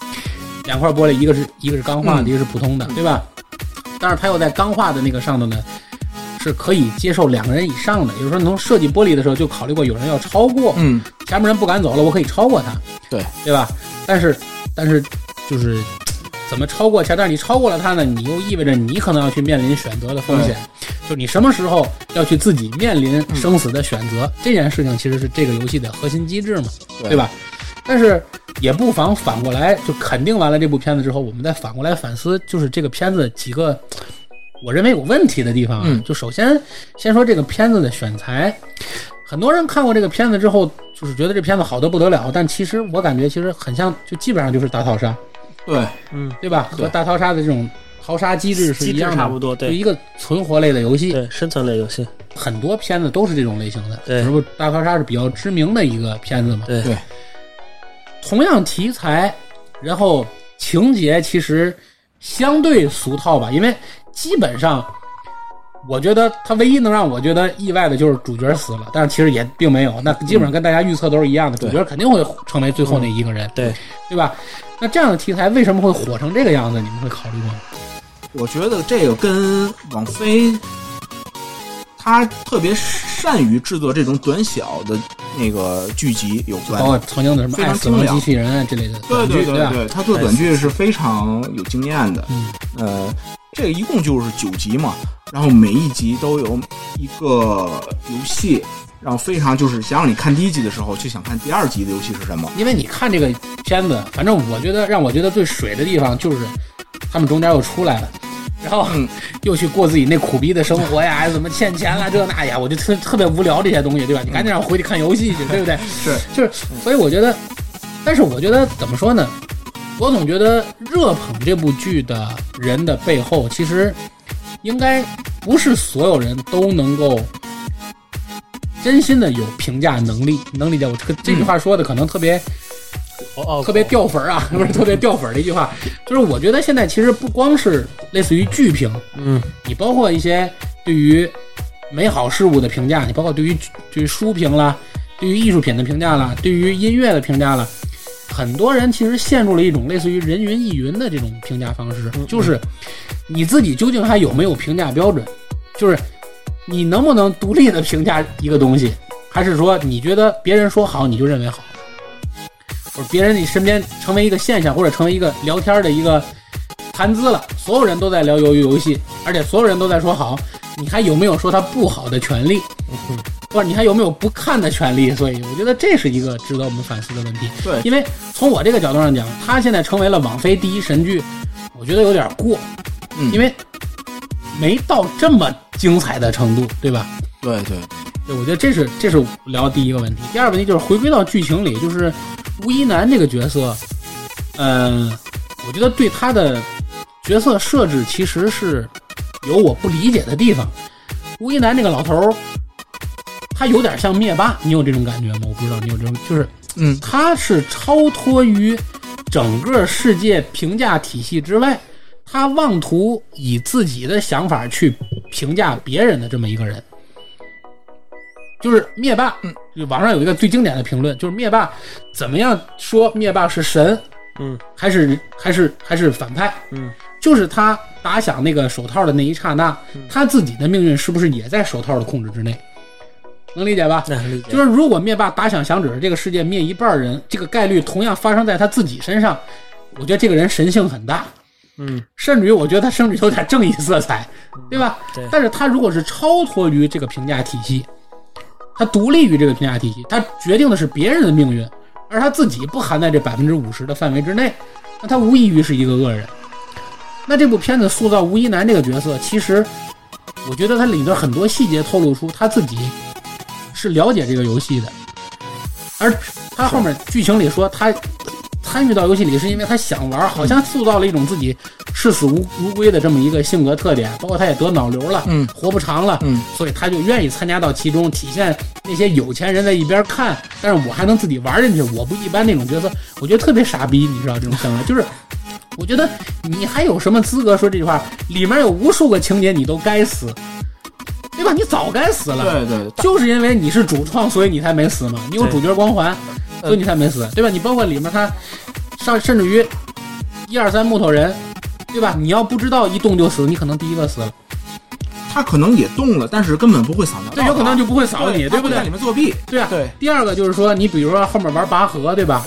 两块玻璃，一个是一个是钢化的，
嗯
一个是普通的，
嗯
对吧？但是它又在钢化的那个上头呢，是可以接受两个人以上的。也就是说，你从设计玻璃的时候就考虑过有人要超过，
嗯，
前面人不敢走了，我可以超过他，
对
对吧？但是但是就是嘖怎么超过他？但是你超过了他呢，你又意味着你可能要去面临选择的风险，就你什么时候要去自己面临生死的选择、这件事情，其实是这个游戏的核心机制嘛，
嗯对
对吧？但是也不妨反过来，就肯定完了这部片子之后，我们再反过来反思，就是这个片子几个嘖我认为有问题的地方啊。
嗯
就首先先说这个片子的选材，很多人看过这个片子之后，就是觉得这片子好的不得了，但其实我感觉其实很像，就基本上就是大逃杀，
对，
嗯，
对吧？
对
和大逃杀的这种逃杀机制是
机
一
制
样
差不
的。
多，
就
对
一个存活类的游戏，
*laughs* 对，生存类游戏，
很多片子都是这种类型的。
对
只不过大逃杀是比较知名的一个片子嘛。
对
对
同样题材，然后情节其实相对俗套吧，因为基本上我觉得它唯一能让我觉得意外的就是主角死了，但是其实也并没有，那基本上跟大家预测都是一样的，
对
主角肯定会成为最后那一个人，
对
对吧？那这样的题材为什么会火成这个样子？你们会考虑吗？
我觉得这个跟网飞，他特别善于制作这种短小的那个剧集有
包
关。
括曾经的什么《
非常
爱死亡
精良
机器人》啊之类的
对
哦短剧，
对
吧？
对，他做短剧是非常有经验的。
嗯，
呃，这个一共就是九集嘛，然后每一集都有一个游戏，然后非常就是想让你看第一集的时候就想看第二集的游戏是什么。
因为你看这个片子，反正我觉得让我觉得最水的地方就是他们中间又出来了。然后
嗯
又去过自己那苦逼的生活呀， *laughs* 怎么欠钱啦这那呀，我就特特别无聊这些东西，对吧？你赶紧让我回去看游戏去，对不对？
是，
就是，所以我觉得，但是我觉得怎么说呢？我总觉得热捧这部剧的人的背后，其实应该不是所有人都能够真心的有评价能力，能理解我这个这句话说的可能特别、
哦哦，
特别掉粉儿啊， *laughs* 不是特别掉粉儿的一句话，就是我觉得现在其实不光是类似于剧评，
嗯，
你包括一些对于美好事物的评价，你包括对于对于书评啦，对于艺术品的评价啦，对于音乐的评价啦，很多人其实陷入了一种类似于人云亦云的这种评价方式，就是你自己究竟还有没有评价标准，就是你能不能独立的评价一个东西，还是说你觉得别人说好你就认为好，或者别人你身边成为一个现象，或者成为一个聊天的一个谈资了，所有人都在聊鱿鱼游戏，而且所有人都在说好，你还有没有说它不好的权利？
嗯
或者你还有没有不看的权利？所以我觉得这是一个值得我们反思的问题。
对
因为从我这个角度上讲，它现在成为了网飞第一神剧，我觉得有点过，
嗯
因为没到这么精彩的程度，对吧？
对对，
对，我觉得这是这是聊第一个问题。第二个问题就是回归到剧情里，就是吴一男这个角色，嗯、我觉得对他的角色设置其实是有我不理解的地方。吴一男这个老头儿，他有点像灭霸，你有这种感觉吗？我不知道你有这种，就是
嗯，
他是超脱于整个世界评价体系之外，他妄图以自己的想法去评价别人的这么一个人。就是灭霸，就网上有一个最经典的评论，就是灭霸怎么样说灭霸是神，
嗯，
还是还是还是反派，
嗯，
就是他打响那个手套的那一刹那，他自己的命运是不是也在手套的控制之内？能理解吧？
那理解
就是如果灭霸打响响指，这个世界灭一半人，这个概率同样发生在他自己身上，我觉得这个人神性很大，
嗯，
甚至于我觉得他甚至有点正义色彩，对吧？
对
但是他如果是超脱于这个评价体系，他独立于这个评价体系，他决定的是别人的命运，而他自己不含在这百分之五十的范围之内，那他无异于是一个恶人。那这部片子塑造吴一男这个角色，其实我觉得他里头很多细节透露出他自己是了解这个游戏的，而他后面剧情里说他参与到游戏里是因为他想玩，好像塑造了一种自己视死如如归的这么一个性格特点，包括他也得脑瘤了，
嗯
活不长了，
嗯，
所以他就愿意参加到其中，体现那些有钱人在一边看，但是我还能自己玩进去，我不一般那种角色，我觉得特别傻逼，你知道这种想法，就是我觉得你还有什么资格说这句话？里面有无数个情节你都该死，对吧？你早该死了，
对对，
就是因为你是主创，所以你才没死嘛。你有
对
主角光环，
呃
所以你才没死，对吧？你包括里面他上，甚至于一二三木头人，对吧？你要不知道一动就死，你可能第一个死了，
他可能也动了，但是根本不会扫描到他，
对，有可能就不会扫你，
对
对
他
不
会在
对
里？面作弊。
对啊。
对，
第二个就是说，你比如说后面玩拔河，对吧？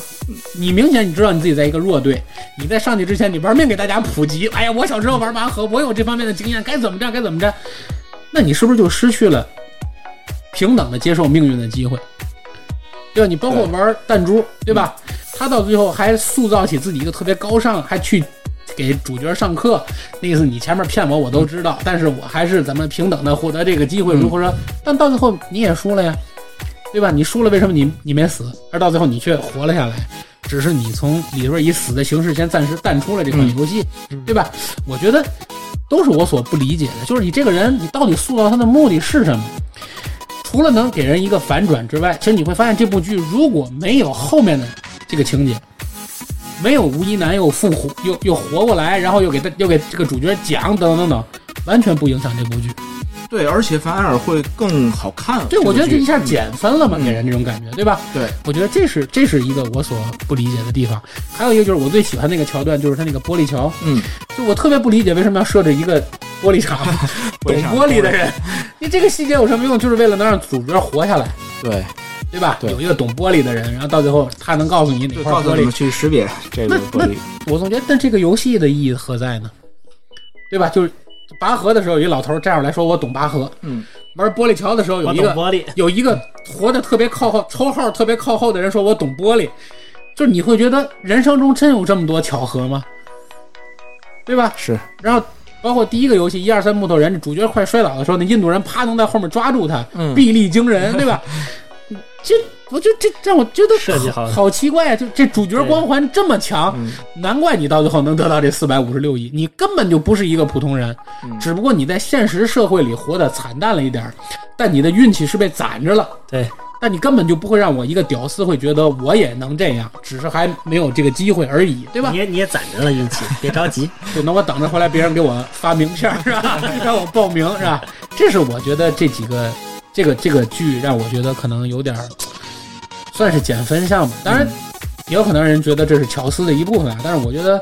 你明显你知道你自己在一个弱队，你在上去之前，你玩命给大家普及。哎呀，我小时候玩拔河，我有这方面的经验，该怎么着该怎么着。那你是不是就失去了平等的接受命运的机会？对吧？你包括玩弹珠，对吧？他到最后还塑造起自己一个特别高尚，还去给主角上课，那意思你前面骗我我都知道，但是我还是咱们平等的获得这个机会，如何说？但到最后你也输了呀，对吧？你输了，为什么你你没死，而到最后你却活了下来？只是你从里边以死的形式先暂时淡出了这款游戏，对吧？我觉得都是我所不理解的，就是你这个人，你到底塑造他的目的是什么？除了能给人一个反转之外，其实你会发现这部剧如果没有后面的这个情节，没有吴一男又复活又又活过来，然后又给他又给这个主角讲等等等等，完全不影响这部剧。
对，而且反而会更好看。
对，我觉得这
这嗯
一下减分了嘛，给人这种感觉，对吧？
对，
我觉得这是这是一个我所不理解的地方。还有一个就是我最喜欢那个桥段，就是他那个玻璃桥，
嗯，
就我特别不理解为什么要设置一个玻璃厂，懂玻璃的人，你这个细节有什么用？就是为了能让主角活下来，
对，
对吧？
对
有一个懂玻璃的人，然后到最后他能告诉你哪
就
块
告诉
玻
你
璃
们，去识别这个玻璃。
我总觉得，但这个游戏的意义何在呢？对吧？就是拔河的时候，有一老头站出来说：“我懂拔河。”
嗯，
玩玻璃桥的时候，有
我
一
懂
个
玻璃，
有一个活得特别靠后、抽号特别靠后的人说：“我懂玻璃。”就是你会觉得人生中真有这么多巧合吗？对吧？
是，
然后包括第一个游戏一二三木头人，主角快摔倒的时候，那印度人啪能在后面抓住他，
嗯
臂力惊
*laughs*
人，对吧？这我就这让我觉得
设计
好
好的
好奇怪啊！就这主角光环这么强，
嗯
难怪你到最后能得到这四百五十六亿，你根本就不是一个普通人，
嗯
只不过你在现实社会里活得惨淡了一点儿，但你的运气是被攒着了。
对，
但你根本就不会让我一个屌丝会觉得我也能这样，只是还没有这个机会而已，对吧
你？也你也攒着了运气，别
*laughs*
着急。
就能我等着回来别人给我发名片儿是吧？让我报名是吧？这是我觉得这几个这个这个剧让我觉得可能有点儿算是减分项吧。当然，也有很多人觉得这是乔斯的一部分啊，但是我觉得。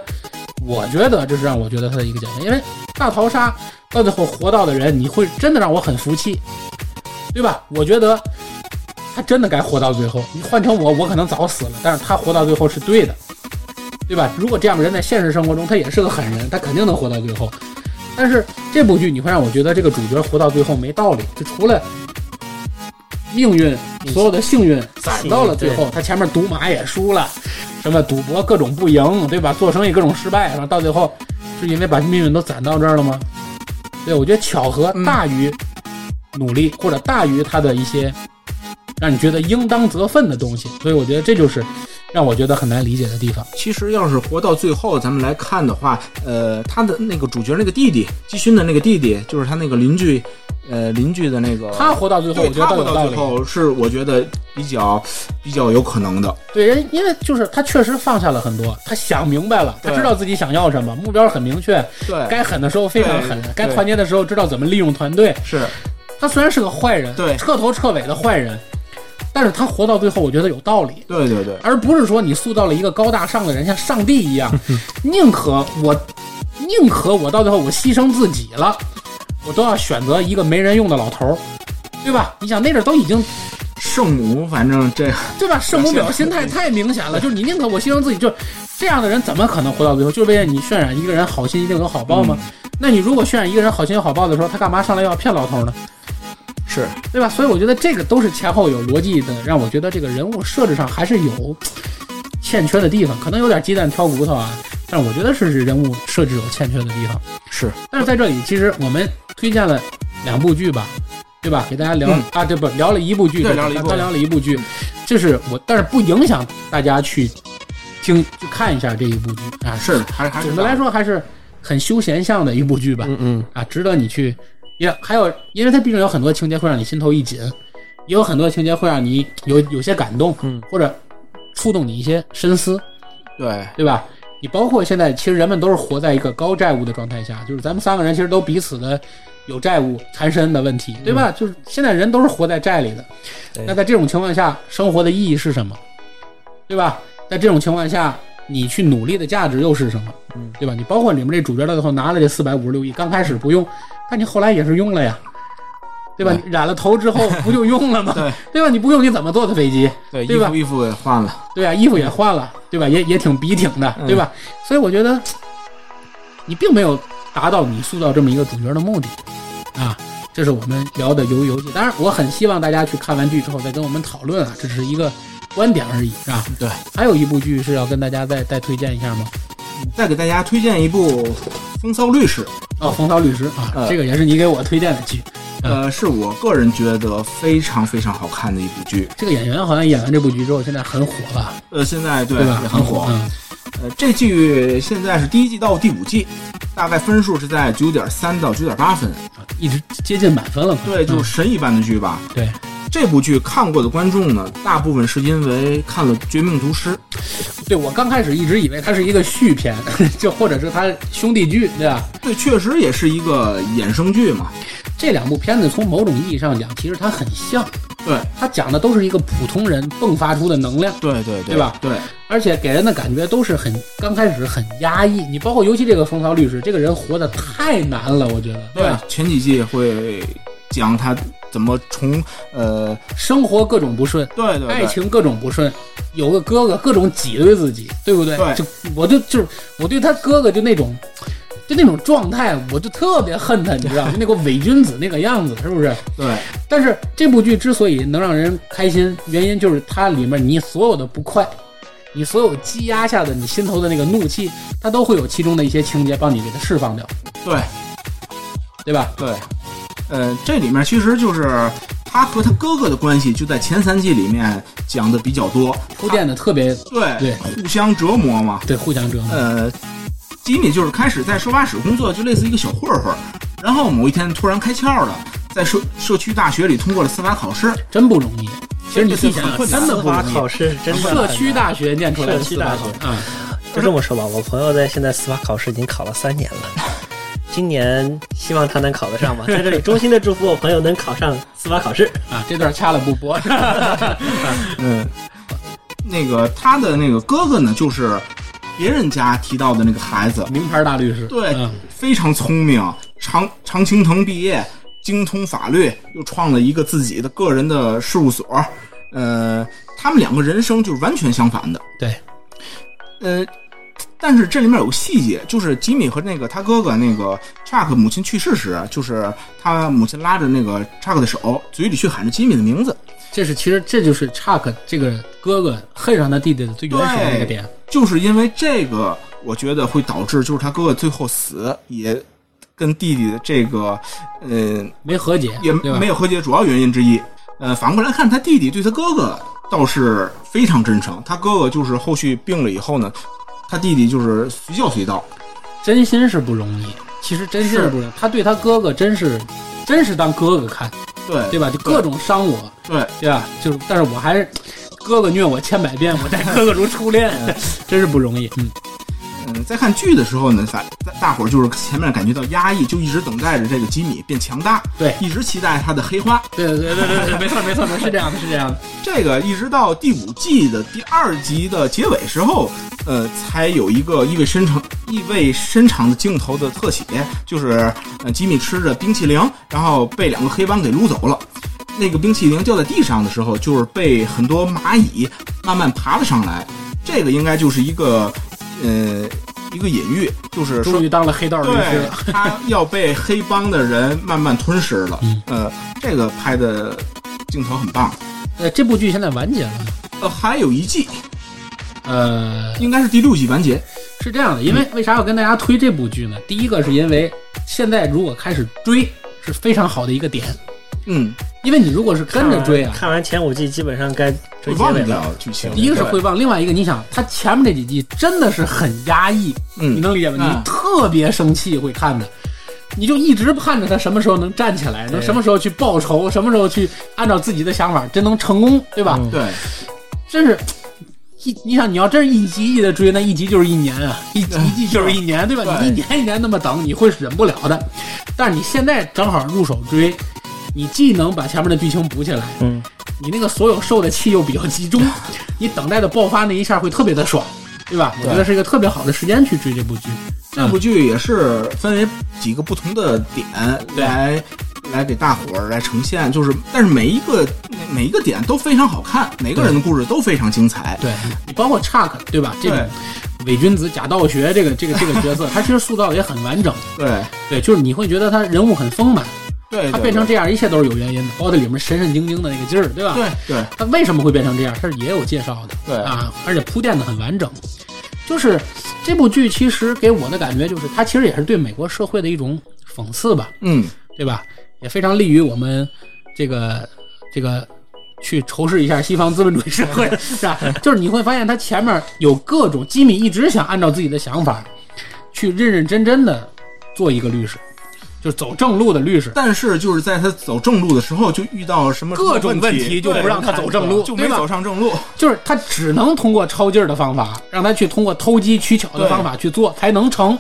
我觉得这是让我觉得他的一个减分，因为大逃杀到最后活到的人，你会真的让我很服气，对吧？我觉得他真的该活到最后。你换成我，我可能早死了，但是他活到最后是对的，对吧？如果这样的人在现实生活中，他也是个狠人，他肯定能活到最后。但是这部剧你会让我觉得这个主角活到最后没道理，就除了命运所有的幸运攒到了最后，他前面赌马也输了，什么赌博各种不赢，对吧？做生意各种失败，然后到最后是因为把命运都攒到这儿了吗？对，我觉得巧合
嗯
大于努力，或者大于他的一些让你觉得应当责分的东西，所以我觉得这就是让我觉得很难理解的地方。
其实要是活到最后，咱们来看的话，呃，他的那个主角那个弟弟，基勋的那个弟弟，就是他那个邻居，呃，邻居的那个
他活到最后，
对
我觉得
他
倒
活
有
到
道
最
理。
后是我觉得比较比较有可能的，
对，人因为就是他确实放下了很多，他想明白了，他
对
知道自己想要什么，目标很明确，
对，
该狠的时候非常狠
对，
该
对
团结的时候知道怎么利用团队。
是
他虽然是个坏人，
对
彻头彻尾的坏人，但是他活到最后，我觉得有道理。
对对对，
而不是说你塑造了一个高大上的人，像上帝一样，宁可我宁可我到最后我牺牲自己了，我都要选择一个没人用的老头儿，对吧？你想那阵儿都已经
圣母，反正这
对吧？圣母婊心态太明显了，就是你宁可我牺牲自己，就是这样的人怎么可能活到最后？就是为了你渲染一个人好心一定有好报吗？那你如果渲染一个人好心有好报的时候，他干嘛上来要骗老头呢？
是
对吧？所以我觉得这个都是前后有逻辑的，让我觉得这个人物设置上还是有欠缺的地方，可能有点鸡蛋挑骨头啊。但是我觉得是人物设置有欠缺的地方。
是，
但是在这里，其实我们推荐了两部剧吧，对吧？给大家聊、
嗯
啊，对不聊了一部剧，
对
对
聊了一
刚
部
刚聊了一部剧，这是我，但是不影响大家去听去看一下这一部剧啊。
是，还还是
总的来说还是很休闲向的一部剧吧。
嗯
*laughs*
嗯，
啊，值得你去。也还有，因为它毕竟有很多情节会让你心头一紧，也有很多情节会让你有有些感动，
嗯，
或者触动你一些深思，
对
对吧？你包括现在，其实人们都是活在一个高债务的状态下，就是咱们三个人其实都彼此的有债务缠身的问题，对吧？就是现在人都是活在债里的，
对
那在这种情况下，生活的意义是什么？对吧？在这种情况下，你去努力的价值又是什么？
嗯，
对吧？你包括里面这主角到最后拿了这四百五十六亿，刚开始不用，但你后来也是用了呀，对吧？你染了头之后不就用了吗？
对
对吧？你不用你怎么坐的飞机？
对，
对
衣
吧
服衣服也换了，
对啊，衣服也换了，对吧？也也挺笔挺的，
嗯
对吧？所以我觉得你并没有达到你塑造这么一个主角的目的啊。这是我们聊的《鱿鱼游戏》，当然我很希望大家去看完剧之后再跟我们讨论啊，这只是一个观点而已，是吧？
对。
还有一部剧是要跟大家再再推荐一下吗？
再给大家推荐一部《风骚律师》，
哦，《风骚律师》啊，
嗯
这个也是你给我推荐的剧。嗯
呃，是我个人觉得非常非常好看的一部剧，
这个演员好像演完这部剧之后，现在很火吧？
呃，现在对
对吧？
也很火，
嗯，
呃，这剧现在是第一季到第五季，大概分数是在九点三到九点八分，
一直接近满分了快。
对，就是神一般的剧吧。
嗯对，
这部剧看过的观众呢，大部分是因为看了《绝命毒师》，
对我刚开始一直以为它是一个续篇， *laughs* 就或者是它兄弟剧，对吧？
对，确实也是一个衍生剧嘛。
这两部片子从某种意义上讲，其实它很像，
对
它讲的都是一个普通人迸发出的能量，
对对
对吧？
对，
而且给人的感觉都是很刚开始很压抑。你包括尤其这个冯曹律师，这个人活得太难了，我觉得，
对
吧，
前几季会讲他怎么从呃，
生活各种不顺，
对对
爱
对，
情各种不顺，有个哥哥各种挤兑自己，对不对？
对
就我就就是我对他哥哥就那种。就那种状态，我就特别恨他，你知道吗？就那个伪君子那个样子，是不是？
对
但是这部剧之所以能让人开心，原因就是它里面你所有的不快，你所有积压下的你心头的那个怒气，它都会有其中的一些情节帮你给它释放掉，
对
对吧？
对，呃，这里面其实就是他和他哥哥的关系，就在前三季里面讲的比较多，
铺垫的特别
对
对
互相折磨嘛，
对，互相折磨。
呃，吉米就是开始在收发室工作，就类似一个小混混儿，然后某一天突然开窍了，在社社区大学里通过了司法考试，
真不容易。其实你细想
很
想，
困难
真的
司
不
法
容
考
易。
试是真的很
社
难
区大学念出来的
社区大学
四大啊，
就这么说吧，我朋友在现在司法考试已经考了三年了，今年希望他能考得上吧。在这里衷心的祝福我朋友能考上司法考试。
啊，这段掐了不播。 *laughs*
嗯，那个他的那个哥哥呢，就是别人家提到的那个孩子，
名牌大律师，
对
嗯
非常聪明，常常青藤毕业，精通法律，又创了一个自己的个人的事务所。呃，他们两个人生就是完全相反的。
对，
呃，但是这里面有个细节，就是吉米和那个他哥哥那个查克母亲去世时，就是他母亲拉着那个查克的手，嘴里去喊着吉米的名字。
这是其实这就是查克这个哥哥恨上他弟弟的最原始的那个点。
就是因为这个，我觉得会导致就是他哥哥最后死也跟弟弟的这个，呃，
没和解，
也
对吧
没？有和解主要原因之一。呃，反过来看，他弟弟对他哥哥倒是非常真诚。他哥哥就是后续病了以后呢，他弟弟就是随叫随到。
真心是不容易，其实真心是不容易。他对他哥哥真是，真是当哥哥看，
对
对吧？就各种伤我，
对，
对吧？就是，但是我还是哥哥虐我千百遍，我待哥哥如初 *laughs* 恋，真是不容易。嗯，
嗯，在看剧的时候呢，反大大伙儿就是前面感觉到压抑，就一直等待着这个吉米变强大，
对
一直期待他的黑化。
对对对对对，没错没错，没错是这样的，是这样的。
这个一直到第五季的第二集的结尾时候，呃，才有一个意味深长、意味深长的镜头的特写，就是呃，吉米吃着冰淇淋，然后被两个黑帮给撸走了。那个冰淇淋掉在地上的时候，就是被很多蚂蚁慢慢爬了上来。这个应该就是一个，呃，一个隐喻，就是说
*laughs* 终于当了黑道律师
对
了，，
他要被黑帮的人慢慢吞噬了。呃，这个拍的镜头很棒。
呃，这部剧现在完结了。
呃，还有一季，
呃，
应该是第六季完结。
是这样的，因
嗯
为为啥要跟大家推这部剧呢？第一个是因为现在如果开始追是非常好的一个点，
嗯，
因为你如果是跟着追啊，
看完前五季基本上该
会
追结
忘
尾了。
掉剧情。
一个是会忘，另外一个你想，他前面这几季真的是很压抑，你
嗯，
能理解吗？
嗯
啊
你特别生气会看着。你就一直盼着他什么时候能站起来，能什么时候去报仇，什么时候去按照自己的想法，真能成功，对吧？
嗯
对
真是，一你想你要真是一集一集的追，那一集就是一年啊，一集一集就是一年，对吧？
对
你一年一年那么等，你会忍不了的。但是你现在正好入手追，你既能把前面的剧情补起来，
嗯，
你那个所有受的气又比较集中，你等待的爆发那一下会特别的爽，对吧？我觉得是一个特别好的时间去追这部剧。
这部剧也是分为几个不同的点
对
来来给大伙儿来呈现，就是但是每一个每一个点都非常好看，每个人的故事都非常精彩。
对你包括查克，对吧？这
对
种伪君子假道学这个这个这个角色，他其实塑造得也很完整，
对
对，就是你会觉得他人物很丰满。
对，
他
对
变成这样，一切都是有原因的，包括它里面神神经经的那个劲儿，对吧？
对对
他为什么会变成这样，它是也有介绍的，
对
啊，而且铺垫的很完整。就是这部剧其实给我的感觉就是，它其实也是对美国社会的一种讽刺吧，
嗯，
对吧？也非常利于我们这个这个去仇视一下西方资本主义社会，是吧？ *laughs* 就是你会发现，他前面有各种基米一直想按照自己的想法去认认真真的做一个律师，就是走正路的律师。
但是就是在他走正路的时候，就遇到什么
各种
问
问题就
对
不让他走正路
就
对
没
吧
走上正路。
就是他只能通过抄劲儿的方法，让他去通过偷机取巧的方法去做才能成。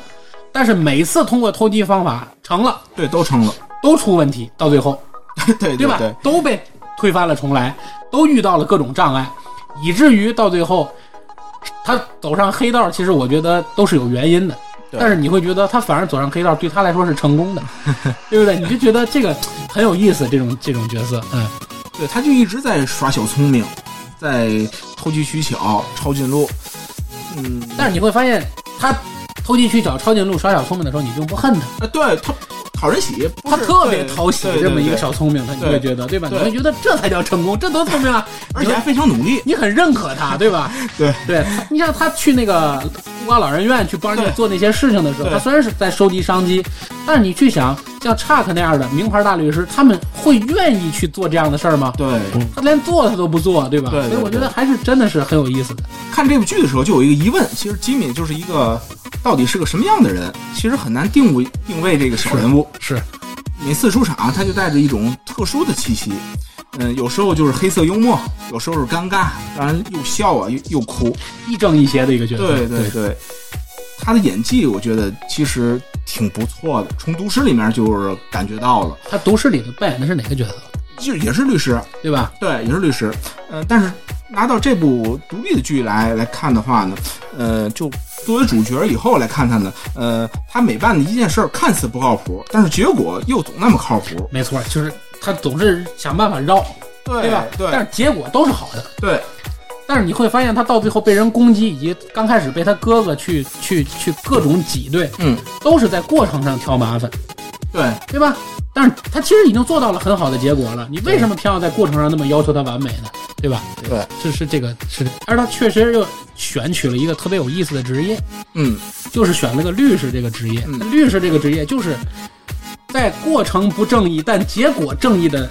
但是每次通过偷机方法成了，
对，都成了。 *laughs*
都出问题，到最后，
对
对吧？
对，
都被推翻了重来，都遇到了各种障碍，以至于到最后，他走上黑道，其实我觉得都是有原因的。
对
但是你会觉得他反而走上黑道，对他来说是成
*laughs*
功的，对不对？你就觉得这个很有意思，这种这种角色，嗯，
对，他就一直在耍小聪明，在投机取巧、抄近路。嗯，
但是你会发现，他投机取巧、抄近路、耍小聪明的时候，你并不恨他，
呃，对他讨人喜，不
他
是
特别
对
讨喜
对对
这么一个
对
小聪明，他你
对
会觉得对吧？你
对
会觉得这才叫成功，这多聪明啊！
而且还非常努力。
你很认可他，对
*laughs*
吧？
对
对，你像他去那个孤寡老人院去帮人家
对
做那些事情的时候，
对
他虽然是在收集商机，但是你去想，像查克那样的名牌大律师，他们会愿意去做这样的事儿吗？
对，
他连做他都不做，对吧？
对对
所以我觉
对
得还是真的是很有意思的。
看这部剧的时候就有一个疑问，其实吉米就是一个到底是个什么样的人，其实很难定位定位这个小人物。
是
每次出场，他就带着一种特殊的气息。嗯，有时候就是黑色幽默，有时候是尴尬，当然又笑啊，又又哭。
亦正亦邪的一个角色。
对对对，他的演技我觉得其实挺不错的，从《毒师》里面就是感觉到了，
他毒师里的扮演的是哪个角色？
就也是律师，
对吧？
对，也是律师。呃，但是拿到这部独立的剧来来看的话呢，呃，就作为主角以后来看他呢，呃，他每办的一件事儿看似不靠谱，但是结果又总那么靠谱，
没错，就是他总是想办法绕，
对
对吧？但
对
是结果都是好的。
对
但是你会发现，他到最后被人攻击，以及刚开始被他哥哥去去去各种挤兑，
嗯，
都是在过程上挑麻烦，
对
对吧？但是他其实已经做到了很好的结果了，你为什么偏要在过程上那么要求他完美呢？对吧？
对，
这是这个是，而他确实又选取了一个特别有意思的职业，
嗯，
就是选了个律师这个职业。
嗯
律师这个职业就是在过程不正义，但结果正义的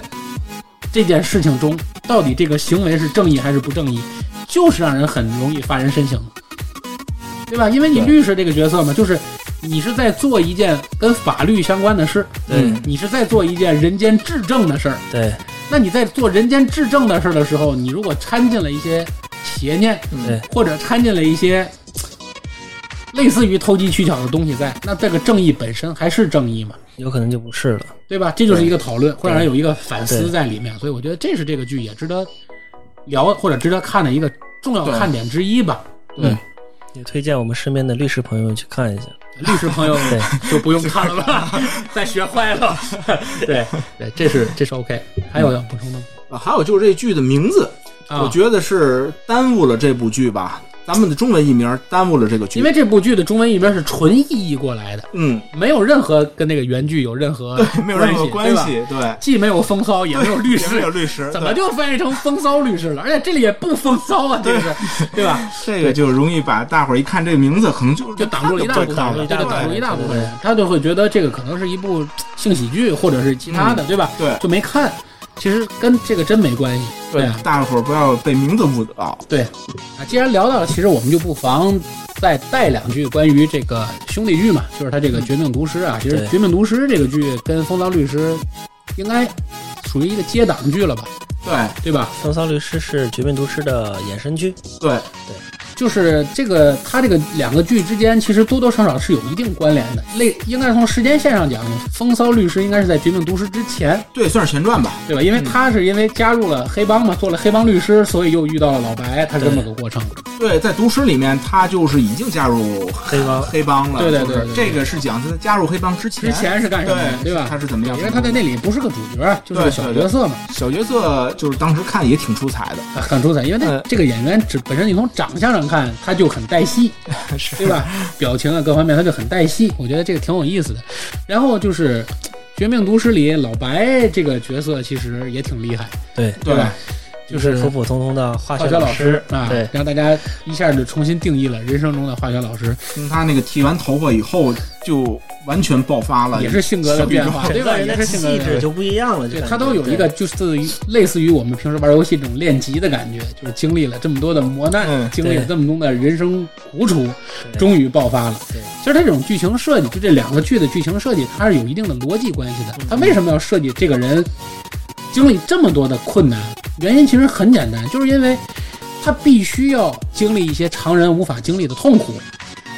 这件事情中，到底这个行为是正义还是不正义，就是让人很容易发人深省，对吧？因为你
对
律师这个角色嘛，就是你是在做一件跟法律相关的事，
对
嗯
你是在做一件人间至正的事儿。
对
那你在做人间至正的事儿的时候，你如果掺进了一些邪念，
对
嗯
或者掺进了一些类似于投机取巧的东西在，那这个正义本身还是正义嘛？
有可能就不是了。
对吧？这就是一个讨论，会让人有一个反思在里面，所以我觉得这是这个剧也值得聊或者值得看的一个重要
对
看点之一
*laughs*
吧。
对，
也推荐我们身边的律师朋友们去看一下。
律师朋友
对
就不用看了吧， *laughs* 再学坏了。 *laughs* 对对，这是这是 OK。还有要补充的吗？
啊，还有就是这剧的名字，
啊
我觉得是耽误了这部剧吧，咱们的中文译名耽误了这个剧，
因为这部剧的中文译名是纯意译过来的，
嗯，
没有任何跟那个原剧有任何
*laughs* 没有任何关
对吧
系，对，
既没有风骚，也没有律
*laughs* 也没
师
有，律师，
怎么就翻译成风骚律师了？而且这里也不风骚啊，这个是对吧？
这个就容易把大伙儿一看这个名字，可能
*laughs*
就
就挡住了一大部分人，这
对
个挡住一大部分人，他就会觉得这个可能是一部性喜剧或者是其他的，对吧？
对
就没看，其实跟这个真没关系。对啊，
大伙儿不要被名字误导。
对啊，既然聊到了，其实我们就不妨再带两句关于这个兄弟剧嘛，就是他这个《绝命毒师》啊。其实
对
《绝命毒师》这个剧跟《风骚律师》应该属于一个接档剧了吧，
对
对吧？
《风骚律师》是《绝命毒师》的衍生剧，
对
就是这个，它这个两个剧之间其实多多少少是有一定关联的。类应该是从时间线上讲，《风骚律师》应该是在《绝命毒师》之前，
对，算是前传吧。
对吧？因为他是因为加入了黑帮嘛，做了黑帮律师，所以又遇到了老白，他是这么个过程。
对，在毒师里面，他就是已经加入
啊
黑帮
黑帮了。
对对
就是
对对对
这个是讲他在加入黑帮之前，
之前是干什么的，
对
对吧？
他是怎么样
因为他在那里不是个主角，就是个
对
小
对
角色嘛，
小角色，就是当时看也挺出彩
啊
的。
很出彩。因为他
呃
这个演员只本身你从长相上看，他就很带戏，
是
对吧？表情啊各方面他就很带戏，我觉得这个挺有意思的。然后就是《绝命毒师》里老白这个角色其实也挺厉害，
对，
对吧？就是
普普通通的化
化
学
学老
师
师啊，
对，
让大家一下就重新定义了人生中的化学老师，
从他那个剃完头发以后，就完全爆发了，
也是性格的变化，对
整
吧？
个人
哦也
的
是性格
气
的变
质
化。
就不一样了。就
对
感觉
他都有一个，就是类似于我们平时玩游戏这种练级的感觉，就是经历了这么多的磨难，
嗯
*laughs* 经历了
对
这么多的人生苦楚，
对
终于爆发了。
对
其实它这种剧情设计，就这两个剧的剧情设计，它是有一定的逻辑关系
嗯
的。它为什么要设计这个人经历这么多的困难？原因其实很简单，就是因为他必须要经历一些常人无法经历的痛苦，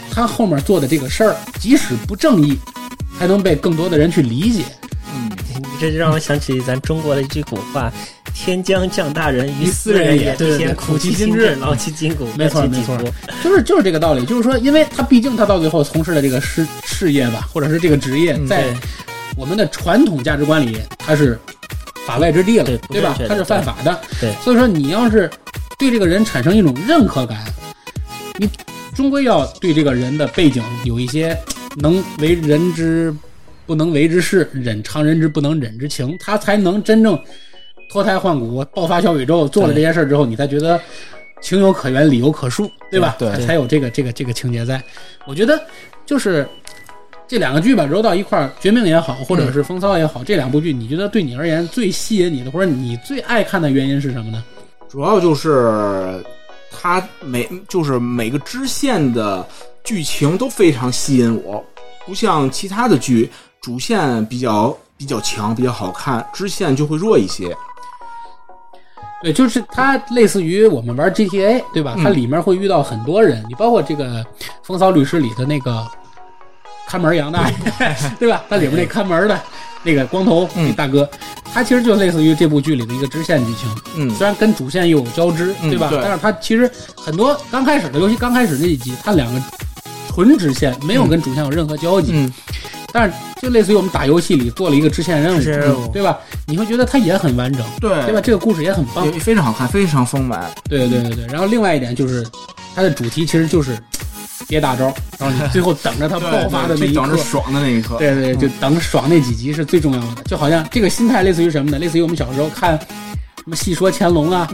他后面做的这个事儿，即使不正义，还能被更多的人去理解。
嗯，
这就让我想起咱中国的一句古话：“天将降大任于斯人也，
对对对
先苦
苦其心
心
志
*laughs* 劳其筋骨，
没错
饿其
没
体
错
肤
就是就是这个道理，就是说，因为他毕竟他到最后从事的这个事事业吧，或者是这个职业，
嗯
在
对
我们的传统价值观里，它是法外之地了，
对
对
不
吧
正确？的
它是犯法的。
对
所以说你要是对这个人产生一种认可感，你终归要对这个人的背景有一些能为人之不能为之事，忍常人之不能忍之情，他才能真正脱胎换骨、爆发小宇宙。做了这些事儿之后，你才觉得情有可原，理有可述，对吧？
对对
才有这个这个这个情节在。我觉得就是这两个剧吧，揉到一块儿，《绝命》也好，或
嗯
者是《风骚》也好，这两部剧，你觉得对你而言最吸引你的，或者你最爱看的原因是什么呢？
主要就是它每就是每个支线的剧情都非常吸引我，不像其他的剧主线比较比较强，比较好看，支线就会弱一些。
对，就是它类似于我们玩 GTA，对吧？
嗯
它里面会遇到很多人，你包括这个《风骚律师》里的那个看门杨大爷， *laughs* 对吧？它里面那看门的那个光头
嗯
那大哥，他其实就类似于这部剧里的一个支线剧情，
嗯，
虽然跟主线又有交织，
嗯
对吧？
对
但是它其实很多刚开始的，尤其刚开始那一集，它两个纯支线，没有
嗯
跟主线有任何交集，
嗯，
但是就类似于我们打游戏里做了一个支线任务，
支线任务
对吧？你会觉得它也很完整，
对，
对吧？？这个故事也很棒
也，非常好看，非常丰满。
对对对对，然后另外一点就是，它的主题其实就是憋大招，然后你最后等着它
对
爆发的那
对
一
就等
刻
着。爽的那一刻。
对对，对就等爽那几集是最重要的，就好像这个心态类似于什么呢？类似于我们小时候看什么《戏说乾隆》啊，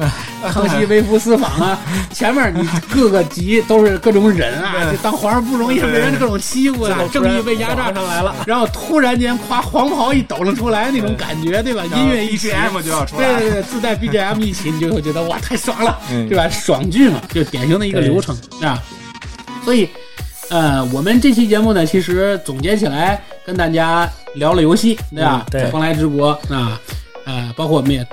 《康熙微服私访》啊，前面你各个集都是各种忍啊，
对
就当皇上不容易，
对
被人各种欺负啊，正义被压榨
上来了。
然后突然间夸黄袍一抖楞出来那种感觉，对吧？音乐一起
BGM 就要出
对
来。
对对，自带 BGM 一起，你就会觉得哇，太爽了，
嗯
对吧？爽剧嘛，就典型的一个
对
流程啊。所以，呃，我们这期节目呢，其实总结起来跟大家聊了游戏，对吧？
嗯对
蓬莱之国啊，呃，包括我们也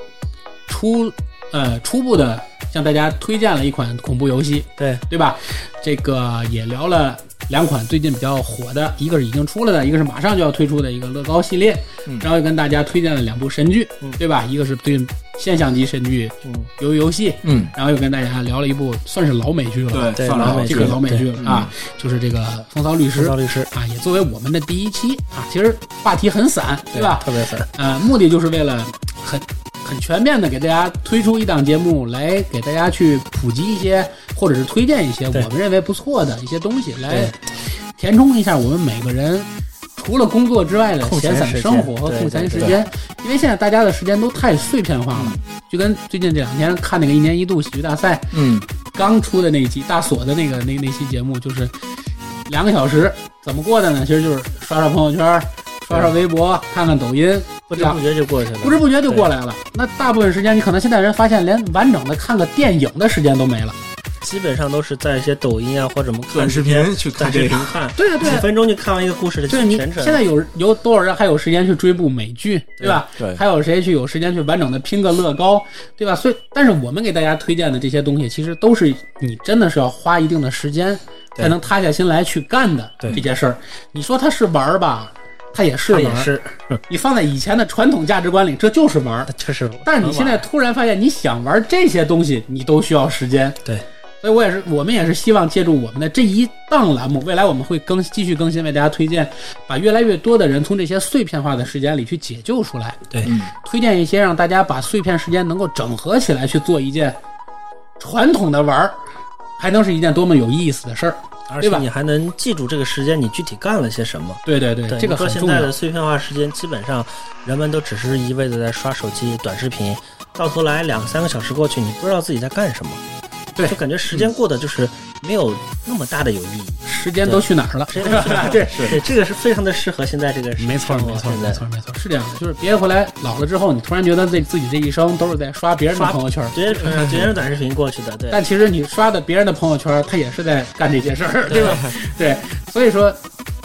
初呃初步的向大家推荐了一款恐怖游戏，
对
对吧？这个也聊了两款最近比较火的，一个是已经出了的，一个是马上就要推出的一个乐高系列，
嗯
然后又跟大家推荐了两部神剧，
嗯
对吧？一个是对现象级神剧
嗯，
《鱿鱼游戏》，
嗯，
然后又跟大家聊了一部算是老美剧了吧，
对
对，算
老
了
美，
啊这
这
个
个
老美剧了
对
啊，就是这个《风骚律师
石》涛律师，
啊，也作为我们的第一期啊，其实话题很散，对吧？
特别粉，
呃，目的就是为了很很全面的给大家推出一档节目，来给大家去普及一些，或者是推荐一些
对
我们认为不错的一些东西，来
对
填充一下我们每个人除了工作之外的
空闲
闲散
时间
生活和
对
空闲
对
时
对嗯
间。因为现在大家的时间都太碎片化了，就跟最近这两天看那个一年一度喜剧大赛
嗯，
刚出的那一期大锁的那个那那期节目，就是两个小时怎么过的呢？其实就是刷刷朋友圈。刷刷微博，看看抖音，
不知不觉就过去了。
不知不觉就过来了。那大部分时间，你可能现在人发现，连完整的看个电影的时间都没了。
基本上都是在一些抖音啊或者什么看
短视频去
短
看
视
这
频
个，
看，
对啊，
几，分钟就看完一个故事的
就是你
全程。
现在有有多少人还有时间去追部美剧，对吧？
对
还有谁去有时间去完整的拼个乐高，对吧？所以，但是我们给大家推荐的这些东西，其实都是你真的是要花一定的时间才能塌下心来去干的
对
这件事儿。你说它是玩儿吧，它也是
它
玩
也
儿。
是，
你放在以前的传统价值观里，这就是玩儿。
就是。
但是你现在突然发现，你想玩这些东西，你都需要时间。
对，
所以我也是，我们也是希望借助我们的这一档栏目，未来我们会更继续更新，为大家推荐，把越来越多的人从这些碎片化的时间里去解救出来，
对，
推荐一些让大家把碎片时间能够整合起来去做一件传统的玩儿，还能是一件多么有意思的事儿。
而
对
且
吧
你还能记住这个时间你具体干了些什么。
对对对，
对，
这个
你说
很
现
重要
在。的碎片化时间，基本上人们都只是一味的在刷手机、短视频，到头来两三个小时过去，你不知道自己在干什么。
对
就感觉时间过得就是没有那么大的有意义。
时间都去哪儿了？
时间都去哪儿了
对，
对，这个是非常的适合现在这个
*laughs* 没错，
生活
没错，
现
没
在
错，没错，是这样的，哎就是别回来老了之后，你突然觉得这自己这一生都是在刷别人的
刷
朋友圈儿，
直接直接呃用短视频过去的，对，
但其实你刷的别人的朋友圈儿，他也是在干这些事儿，对吧？对，所以说，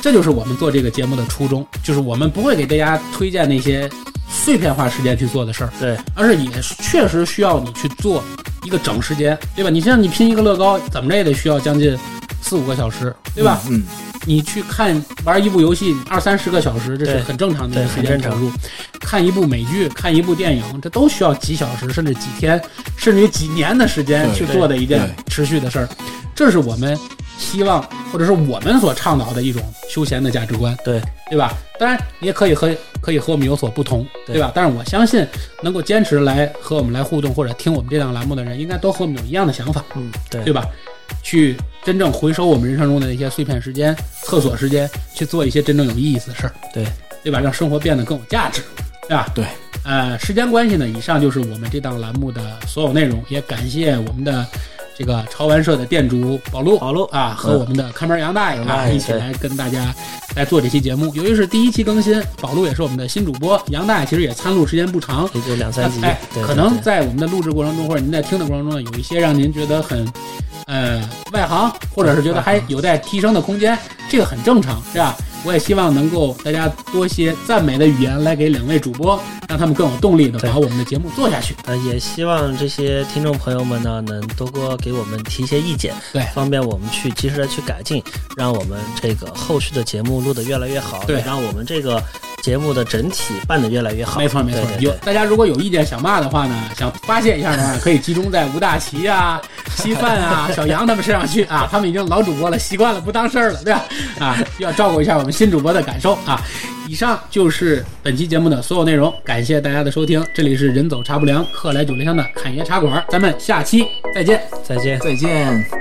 这就是我们做这个节目的初衷，就是我们不会给大家推荐那些碎片化时间去做的事儿，
对，
而是也确实需要你去做一个整时间，对吧？你像你拼一个乐高，怎么着也得需要将近四五个小时，对吧？
嗯，
你去看玩一部游戏二三十个小时，这是
对
很正常的一个
对
时间
很正
投
常
入。看一部美剧、看一部电影，这都需要几小时，甚至几天，甚至于几年的时间去
对
做的一件
对
持续的事儿。这是我们希望，或者是我们所倡导的一种休闲的价值观，
对
对吧？当然，你也可以和可以和我们有所不同，
对
对吧？但是我相信，能够坚持来和我们来互动或者听我们这档栏目的人，应该都和我们有一样的想法。
嗯，对
对吧？去真正回收我们人生中的那些碎片时间、厕所时间，去做一些真正有意义的事儿，
对
对吧？让生活变得更有价值，对吧？
对。
呃，时间关系呢，以上就是我们这档栏目的所有内容，也感谢我们的这个潮玩社的店主宝路。
好喽，
啊，和
嗯
我们的看门儿杨大爷
杨
啊
大爷
一起来跟大家来做这期节目。由于是第一期更新，宝路也是我们的新主播，杨大爷其实也参录时间不长，
也就两三集
哎，
对，
可
对
能
对
在我们的录制过程中，或者您在听的过程中呢，有一些让您觉得很，呃，外行，或者是觉得
嗯
还有待提升的空间，这个很正常，是吧？我也希望能够大家多些赞美的语言来给两位主播，让他们更有动力的
对
把我们的节目做下去。
呃，也希望这些听众朋友们呢，能多多给我们提一些意见，
对
方便我们去及时的去改进，让我们这个后续的节目录得越来越好，
对
也让我们这个节目的整体办得越来越好。
没错没错，
对对
有
对
大家如果有意见想骂的话呢，想发泄一下的话，可以集中在吴大奇啊、稀饭
*laughs*
啊、小杨他们身上去啊，他们已经老主播了，习惯了不当事儿了，对吧？啊，要照顾一下我们新主播的感受啊。以上就是本期节目的所有内容，感谢大家的收听，这里是人走茶不凉，客来酒留香的侃爷茶馆，咱们下期再见。
再见。
*laughs* 再见。